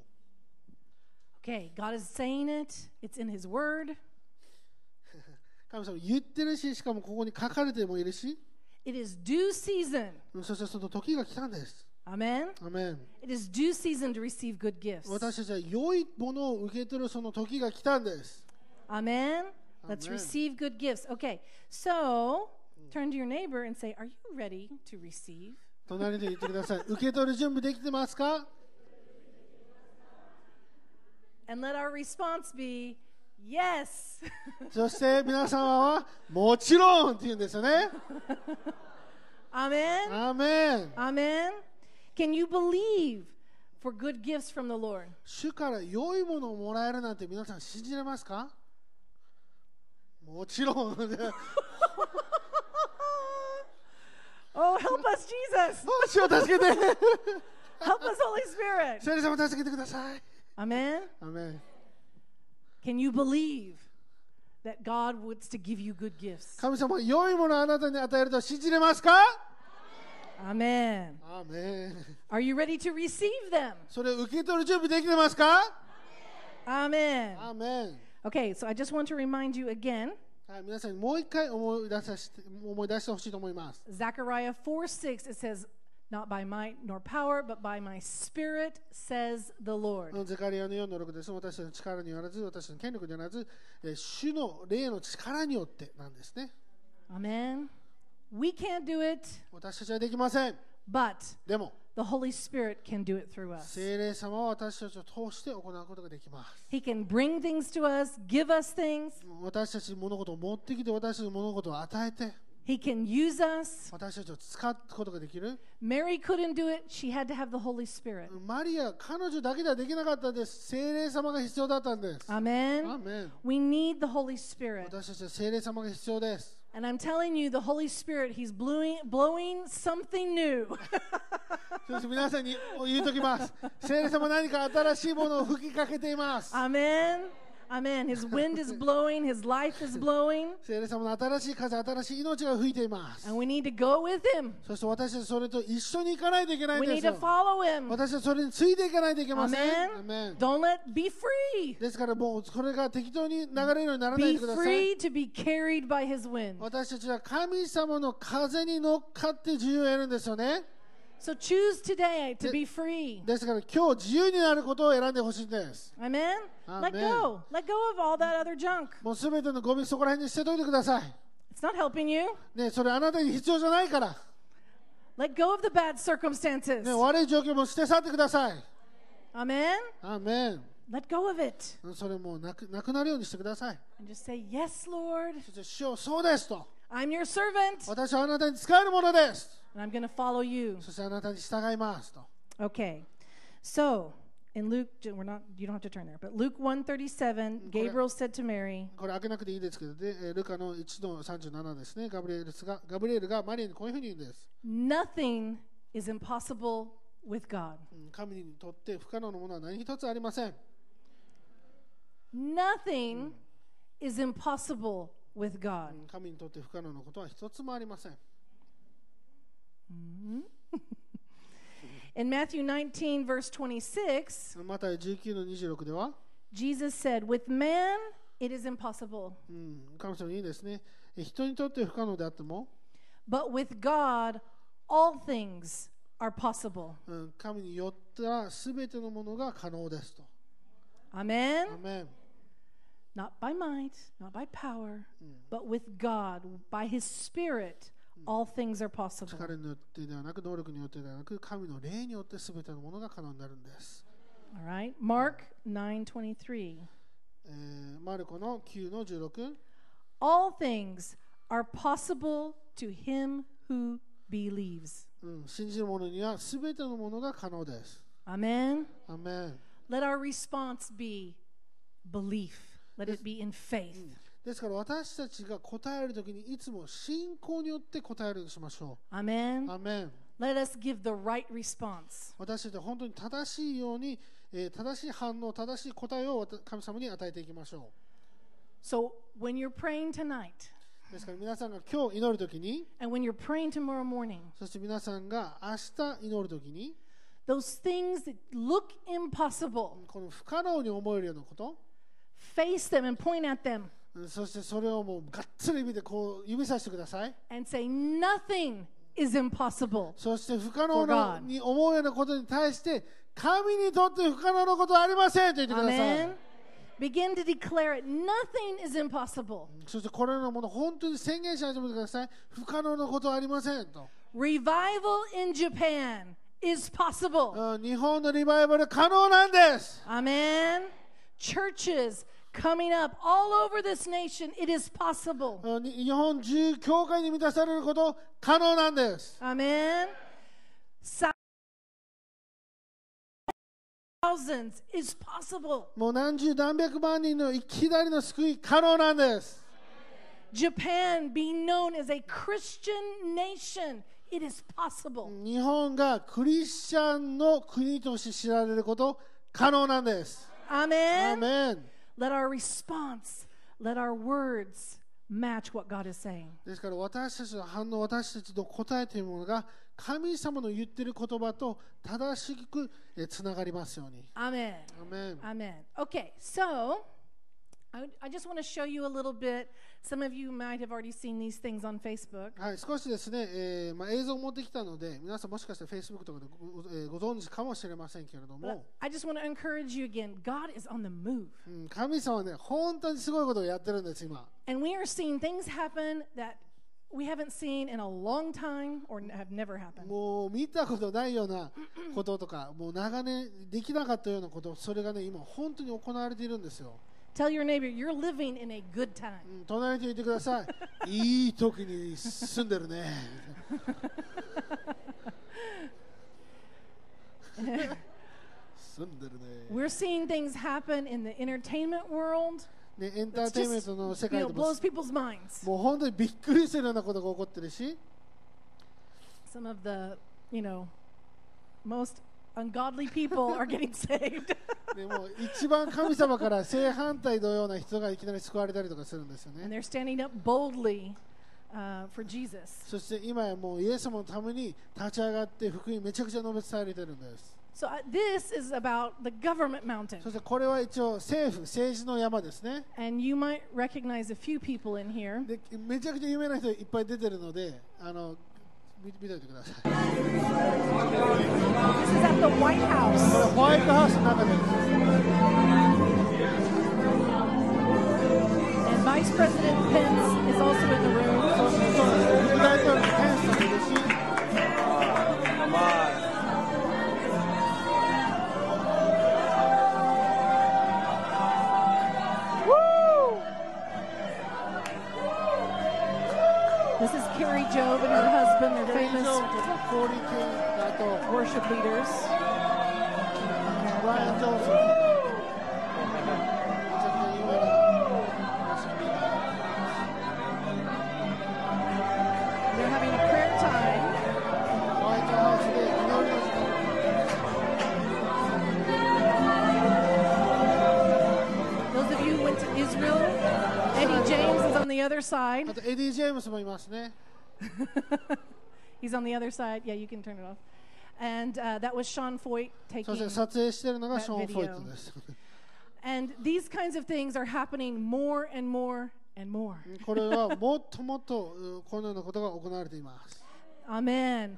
[SPEAKER 1] Okay, God is saying it. It's in His Word.
[SPEAKER 2] 神様言ってるし、しかもここに書かれてもいるし、
[SPEAKER 1] It is due season.
[SPEAKER 2] そしてその時が来たんです。
[SPEAKER 1] Amen.
[SPEAKER 2] アメン
[SPEAKER 1] It is due season to receive good gifts.
[SPEAKER 2] 私たちは良いものを受け取るその時が来たんです。
[SPEAKER 1] Amen. Let's
[SPEAKER 2] Amen.
[SPEAKER 1] receive good gifts. Okay, so turn to your neighbor and say, Are you ready to receive?
[SPEAKER 2] 隣で言ってください。 受け取る準備できてますか
[SPEAKER 1] And let our response be, Yes.
[SPEAKER 2] そして皆様は、もちろんって言うんですよね。
[SPEAKER 1] Amen.
[SPEAKER 2] アメン
[SPEAKER 1] Amen. Can you believe for good gifts from the Lord?
[SPEAKER 2] 主から良いものをもらえるなんて皆さん信じれますかもちろん。
[SPEAKER 1] Oh, help us, Jesus.
[SPEAKER 2] 主を助けて
[SPEAKER 1] Help us, Holy Spirit.
[SPEAKER 2] 聖霊様助けてください。
[SPEAKER 1] Amen.
[SPEAKER 2] アメン
[SPEAKER 1] Can you believe that God wants to give you good gifts?
[SPEAKER 2] 神様は良いものをあなたに与えると信じれますか
[SPEAKER 1] Amen.
[SPEAKER 2] アーメン
[SPEAKER 1] Are you ready to receive them?
[SPEAKER 2] それを受け取る準備できてますか
[SPEAKER 1] Amen.
[SPEAKER 2] アーメン
[SPEAKER 1] Okay, so I just want to remind you again
[SPEAKER 2] はい、皆さんにもう一回思い出させて思い出してほしいと思います。
[SPEAKER 1] Zechariah 4 6, it says, Not by might nor power, but by my spirit, says the
[SPEAKER 2] あ
[SPEAKER 1] Lord.
[SPEAKER 2] のゼカリアの4の6です。私たちの力によらず、私の権力によらず、えー主の霊の力によってなんですね。
[SPEAKER 1] Amen. We can't do it,
[SPEAKER 2] 私たちはできません。
[SPEAKER 1] but
[SPEAKER 2] でも、
[SPEAKER 1] the Holy Spirit can do it through us.
[SPEAKER 2] 聖霊様は私たちを通して行うことができます。
[SPEAKER 1] He can bring things to us, give us things.
[SPEAKER 2] 私たちに物事を持ってきて、私たちに物事を与えて、
[SPEAKER 1] He can use us.
[SPEAKER 2] 私たちを使うことができる
[SPEAKER 1] Mary couldn't do it. She had to have the Holy Spirit.
[SPEAKER 2] マリア彼女だけではできなかったんです精霊様が必要だったんですア
[SPEAKER 1] Amen.
[SPEAKER 2] ーメン
[SPEAKER 1] We need the Holy Spirit.
[SPEAKER 2] 私たちは精霊様が必要です
[SPEAKER 1] And I'm telling you, the Holy Spirit, He's blowing, blowing something new.
[SPEAKER 2] そして皆さんに言うときます聖霊様何か新しいものを吹きかけています
[SPEAKER 1] Amen. Amen. His wind is blowing, His life is blowing.
[SPEAKER 2] 聖霊様の新しい風新しい命が吹いています
[SPEAKER 1] And we need to go with Him.
[SPEAKER 2] そして私たちそれと一緒に行かないといけない
[SPEAKER 1] We
[SPEAKER 2] ん
[SPEAKER 1] need
[SPEAKER 2] です
[SPEAKER 1] to
[SPEAKER 2] よ
[SPEAKER 1] follow Him.
[SPEAKER 2] 私はそれについていかないといけません。アーメ
[SPEAKER 1] Amen.
[SPEAKER 2] ン
[SPEAKER 1] Don't let be free.
[SPEAKER 2] ですからもうこれが適当に流れるようにならな
[SPEAKER 1] Be
[SPEAKER 2] いでください。
[SPEAKER 1] free to be carried by His wind.
[SPEAKER 2] 私たちは神様の風に乗っかって自由を得るんですよね。
[SPEAKER 1] So choose today to be free.
[SPEAKER 2] ですから今日自由になることを選んでほしいんです。
[SPEAKER 1] Amen. Let
[SPEAKER 2] Amen.
[SPEAKER 1] go. Let go of all that other junk.
[SPEAKER 2] もうすべてのゴミそこら辺に捨てといてください。
[SPEAKER 1] It's not helping you.
[SPEAKER 2] ね、それあなたに必要じゃないから。
[SPEAKER 1] Let go of the bad circumstances.
[SPEAKER 2] ね、悪い状況も捨て去ってください。
[SPEAKER 1] Amen.
[SPEAKER 2] アーメン
[SPEAKER 1] Let go of it.
[SPEAKER 2] それもうなくなくなるようにしてください。
[SPEAKER 1] And just say, Yes, Lord,
[SPEAKER 2] そして主よそうですと。
[SPEAKER 1] I'm your servant,
[SPEAKER 2] 私はあなたに使えるものです。
[SPEAKER 1] and I'm going to follow you.
[SPEAKER 2] そしてあなたに従いますと。
[SPEAKER 1] Okay. So in Luke, we're not. You don't have to turn there, but Luke 137, Gabriel said to Mary,
[SPEAKER 2] これ開けなくていいですけど、でえールカの1の37ですね、ガブリエルスがガブリエルがマリアにこういうふうに言うんです。
[SPEAKER 1] Nothing is impossible with God.
[SPEAKER 2] うん神にとって不可能なものは何一つありません。
[SPEAKER 1] Nothing is impossible with God.
[SPEAKER 2] うん神にとって不可能なことは一つもありません。
[SPEAKER 1] In Matthew 19, verse 26,
[SPEAKER 2] また19の26では、
[SPEAKER 1] Jesus said, With man, it is impossible,
[SPEAKER 2] うん、神様に言うんですね、え人にとって不可能であっても、
[SPEAKER 1] but with God, all things are possible.
[SPEAKER 2] うん神によっては全てのものが可能ですと。
[SPEAKER 1] Amen.
[SPEAKER 2] アーメン
[SPEAKER 1] Not by might, not by power, but with God, by his spirit, all things are possible.
[SPEAKER 2] 彼によってではなく、能力によってではなく、神の霊によって全てのものが可能になるんです。
[SPEAKER 1] All right. Mark 9:23.
[SPEAKER 2] えーマルコの9の16。
[SPEAKER 1] All things are possible to him who believes.
[SPEAKER 2] うん、信じる者には全てのものが可能です。
[SPEAKER 1] Amen.
[SPEAKER 2] アーメン
[SPEAKER 1] Let our response be belief. Let it be in faith.
[SPEAKER 2] ですから私たちが答えるときにいつも信仰によって答えるようにしましょう。ア
[SPEAKER 1] Amen.
[SPEAKER 2] ーメン
[SPEAKER 1] Let us give the right response.
[SPEAKER 2] 私たちは本当に正しいように、えー正しい反応、正しい答えをわた神様に与えていきましょ
[SPEAKER 1] So when you're praying tonight
[SPEAKER 2] う。ですから皆さんが今日祈るときに、
[SPEAKER 1] and when you're praying tomorrow morning,
[SPEAKER 2] そして皆さんが明日祈るときに、
[SPEAKER 1] those things that look impossible,
[SPEAKER 2] この不可能に思えるようなこと、
[SPEAKER 1] face them and point at them
[SPEAKER 2] うんそしてそれをもうがっつり見てこう指さしてください。
[SPEAKER 1] and say, Nothing is impossible.
[SPEAKER 2] そして不可能な
[SPEAKER 1] For God.
[SPEAKER 2] に思うようなことに対して神にとって不可能なことはありませんと言ってくださ
[SPEAKER 1] Amen.
[SPEAKER 2] い。
[SPEAKER 1] Begin to declare it. Nothing is impossible.
[SPEAKER 2] そしてこれらのもの本当に宣言し始めてください。不可能なことはありませんと。
[SPEAKER 1] Revival in Japan is possible.
[SPEAKER 2] うん日本のリバイバル可能なんです。
[SPEAKER 1] Amen. Churches coming up all over this nation, it is possible.
[SPEAKER 2] うんに日本中教会に満たされること可能なんです。
[SPEAKER 1] Amen. Si- Thousands is possible.
[SPEAKER 2] もう何十何百万人のいきなりの救い可能なんです。
[SPEAKER 1] Japan being known as a Christian nation, it is possible.
[SPEAKER 2] 日本がクリスチャンの国として知られること可能なんです。アー
[SPEAKER 1] Amen.
[SPEAKER 2] メン。
[SPEAKER 1] Let our response, let our words match what God is saying.
[SPEAKER 2] ですから私たちの反応、私たちの答えというものが神様の言っている言葉と正しくつながりますように。
[SPEAKER 1] Amen.
[SPEAKER 2] アーメン
[SPEAKER 1] Amen. Okay, so I, would- I just want to show you a little bit. Some of you might have already seen these things on Facebook.
[SPEAKER 2] はい、少しですね、えーまあ、映像を持ってきたので、皆さんもしかしたら Facebook とかでご,ご、えーご存知かもしれませんけれど
[SPEAKER 1] But
[SPEAKER 2] も、
[SPEAKER 1] I just want to encourage you again God is on the move.
[SPEAKER 2] うん、神様はね、本当にすごいことをやってるんです、今。
[SPEAKER 1] And we are seeing things happen that we haven't seen in a long time or n- have never happened.
[SPEAKER 2] もう見たことないよう なこととか、もう長年できなかったようなこと、それがね、今、本当に行われているんですよ。
[SPEAKER 1] Tell your neighbor, you're living in a good time.
[SPEAKER 2] うん隣にいてくださ いいい時に住んでるね住んでるね
[SPEAKER 1] We're seeing things happen in the entertainment world.
[SPEAKER 2] ねエンター
[SPEAKER 1] It's
[SPEAKER 2] テインメン
[SPEAKER 1] just,
[SPEAKER 2] トの
[SPEAKER 1] you
[SPEAKER 2] 世界
[SPEAKER 1] know,
[SPEAKER 2] でも
[SPEAKER 1] blows people's minds.
[SPEAKER 2] もう本当にびっくりするようなことが起こってるし
[SPEAKER 1] Some of the, you know, most ungodly people are getting saved.
[SPEAKER 2] で もう一番神様から正反対のような人がいきなり救われたりとかするんですよ
[SPEAKER 1] and
[SPEAKER 2] ね
[SPEAKER 1] they're standing up boldly uh, for Jesus.
[SPEAKER 2] そして今やもうイエス様のために立ち上がって福音めちゃくちゃ述べ伝えられてるんです
[SPEAKER 1] So uh, this is about the government mountain.
[SPEAKER 2] そしてこれは一応政府政治の山ですね
[SPEAKER 1] And you might recognize a few people in here.
[SPEAKER 2] でめちゃくちゃ有名な人いっぱい出てるのであの見見といてくださいこ
[SPEAKER 1] This is at the White
[SPEAKER 2] れ
[SPEAKER 1] House.
[SPEAKER 2] ホワイトハウスの中で
[SPEAKER 1] And Vice President Pence is also in the room.
[SPEAKER 2] そうそうそう副大統領のペンスさんもいるし
[SPEAKER 3] Come on.
[SPEAKER 1] This is Carrie Job and her husband.
[SPEAKER 2] ケ
[SPEAKER 1] They're
[SPEAKER 2] リー・ジョ
[SPEAKER 1] famous
[SPEAKER 2] ーンとかコーリー・ケインあと
[SPEAKER 1] worship leaders.
[SPEAKER 2] ブライアン・ジョンソンとかめちゃくちゃ有名な
[SPEAKER 1] They're having a prayer time.
[SPEAKER 2] ホワイトハウスで祈りの時間
[SPEAKER 1] Those of you who went to Israel, Eddie James is on the other side.
[SPEAKER 2] あとエディ・ジェームスもいますね
[SPEAKER 1] He's on the other side. Yeah, you can turn it off. And uh, that was Sean Foyt
[SPEAKER 2] そして
[SPEAKER 1] taking.
[SPEAKER 2] 撮影してるのが
[SPEAKER 1] That
[SPEAKER 2] ショーン・フォイトです
[SPEAKER 1] And these kinds of things are happening more and more and more.
[SPEAKER 2] これはもっともっとうんこのようなことが行われています
[SPEAKER 1] Amen.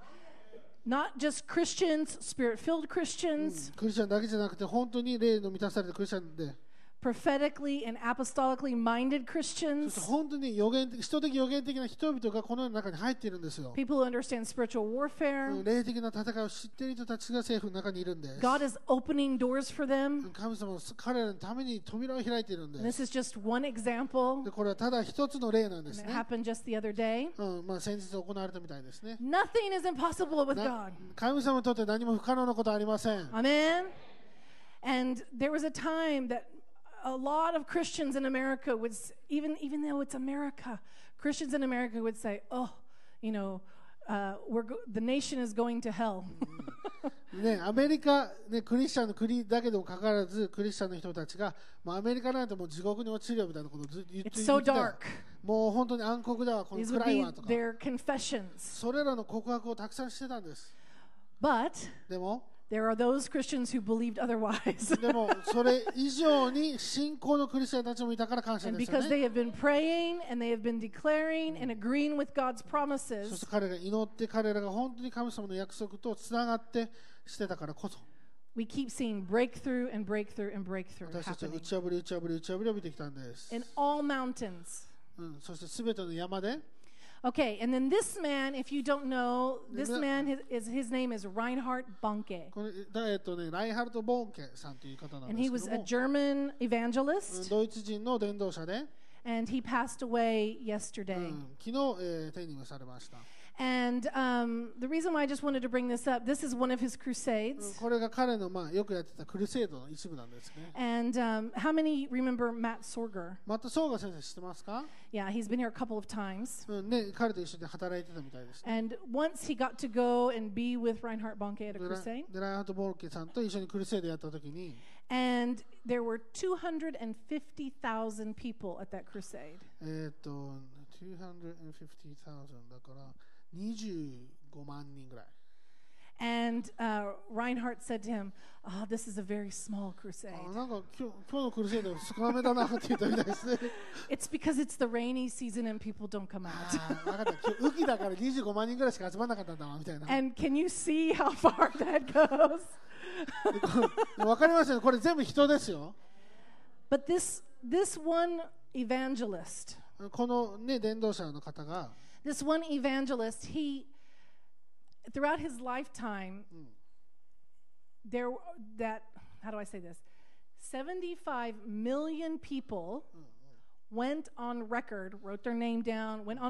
[SPEAKER 1] Not just Christians, spirit filled Christians,
[SPEAKER 2] クリスチャンだけじゃなくて本当に霊の満たされたクリスチャンで
[SPEAKER 1] prophetically and apostolically minded
[SPEAKER 2] そして
[SPEAKER 1] Christians,
[SPEAKER 2] 本当に予言的人的予言的な人々がこの世の中に入っているんですよ。
[SPEAKER 1] people who understand spiritual warfare.
[SPEAKER 2] 霊的な戦いを知っている人たちが政府の中にいるんです。
[SPEAKER 1] God is opening doors for them.
[SPEAKER 2] 神様は彼らのために扉を開いているんで
[SPEAKER 1] This
[SPEAKER 2] す。
[SPEAKER 1] is just one example
[SPEAKER 2] でこれはただ一つの例なんです
[SPEAKER 1] that
[SPEAKER 2] ね。
[SPEAKER 1] happened just the other day.
[SPEAKER 2] うんまあ、先日行われたみたいですね。
[SPEAKER 1] Nothing is impossible with
[SPEAKER 2] な
[SPEAKER 1] God.
[SPEAKER 2] 神様にとって何も不可能なことはありません。
[SPEAKER 1] Amen. And there was a time that a lot of Christians in America would, s- even even though it's America, Christians in America would say, "Oh, you know, uh, we're go- the nation is going to hell."
[SPEAKER 2] ね、アメリカ、ね、クリスチャンの国だけでもかかわらず、クリスチャンの人たちが、まあ、アメリカなんてもう地獄に落ちるよみたいなことをずっと言って
[SPEAKER 1] it's
[SPEAKER 2] 言
[SPEAKER 1] so
[SPEAKER 2] ってたよ
[SPEAKER 1] dark.
[SPEAKER 2] もう本当に暗黒だわ、こ の
[SPEAKER 1] These would
[SPEAKER 2] 暗い
[SPEAKER 1] be
[SPEAKER 2] わとか。
[SPEAKER 1] their confessions.
[SPEAKER 2] それらの告白をたくさんしてたんです。
[SPEAKER 1] But
[SPEAKER 2] でも、
[SPEAKER 1] there are those Christians who believed otherwise.
[SPEAKER 2] でも それ以上に信仰のクリスチャンたちもいたから感謝
[SPEAKER 1] and
[SPEAKER 2] ですよ
[SPEAKER 1] because
[SPEAKER 2] ね。
[SPEAKER 1] they have been praying and they have been declaring and agreeing with God's
[SPEAKER 2] そし
[SPEAKER 1] promises,
[SPEAKER 2] て彼らが祈って彼らが本当に神様の約束とつながってしてたからこそ
[SPEAKER 1] we keep seeing breakthrough and breakthrough and breakthrough
[SPEAKER 2] 私たちは
[SPEAKER 1] happening
[SPEAKER 2] 打ち破り打ち破り打ち破りを見てきたんです。
[SPEAKER 1] in all mountains.
[SPEAKER 2] うん、そしてすべての山で
[SPEAKER 1] Okay, and then this man, if you don't know, this
[SPEAKER 2] Yeah.
[SPEAKER 1] man his, is his name is Reinhard Bonke,
[SPEAKER 2] このダイエットねラインハルト・ボーンケさんという方なん
[SPEAKER 1] and
[SPEAKER 2] で
[SPEAKER 1] he
[SPEAKER 2] す
[SPEAKER 1] was
[SPEAKER 2] けど
[SPEAKER 1] a
[SPEAKER 2] も
[SPEAKER 1] German
[SPEAKER 2] うん
[SPEAKER 1] evangelist,
[SPEAKER 2] ドイツ人の伝道者で、
[SPEAKER 1] and he passed away
[SPEAKER 2] う
[SPEAKER 1] yesterday.
[SPEAKER 2] ん昨日、えー天に召されました。
[SPEAKER 1] And um, the reason why I just wanted to bring this up, this is one of his crusades.
[SPEAKER 2] これが彼のまあよくやってたクルセイドの一部なんですね。
[SPEAKER 1] And um, how many remember Matt Sorger?
[SPEAKER 2] またソーガ先生知ってますか？
[SPEAKER 1] Yeah, he's been here a couple of times.
[SPEAKER 2] うんね彼と一緒に働いてたみたいですね。
[SPEAKER 1] And once he got to go and be with Reinhard Bonke at a
[SPEAKER 2] でラ
[SPEAKER 1] crusade,
[SPEAKER 2] でライアンハート・ボルケさんと一緒にクルセイドやった時に、
[SPEAKER 1] and there were 250,000 people at that crusade.
[SPEAKER 2] えーっと250,000だから25万人ぐらい
[SPEAKER 1] And uh, Reinhardt said to him, Oh, this is a very small
[SPEAKER 2] あ
[SPEAKER 1] crusade.
[SPEAKER 2] なんか今日今日のクルセイド少なめだなって言ったみたいですね
[SPEAKER 1] It's because it's the rainy season and people don't come
[SPEAKER 2] あ
[SPEAKER 1] out.
[SPEAKER 2] ー分かった今日雨季だから25万人ぐらいしか集まらなかったんだわみたいな
[SPEAKER 1] And can you see how far that goes?
[SPEAKER 2] 分かりましたねこれ全部人ですよ
[SPEAKER 1] But this, this one evangelist,
[SPEAKER 2] このね伝道者の方が
[SPEAKER 1] this one evangelist, he, throughout his lifetime, there, that, how do I say this? 75 million people went on record, wrote their name down, went on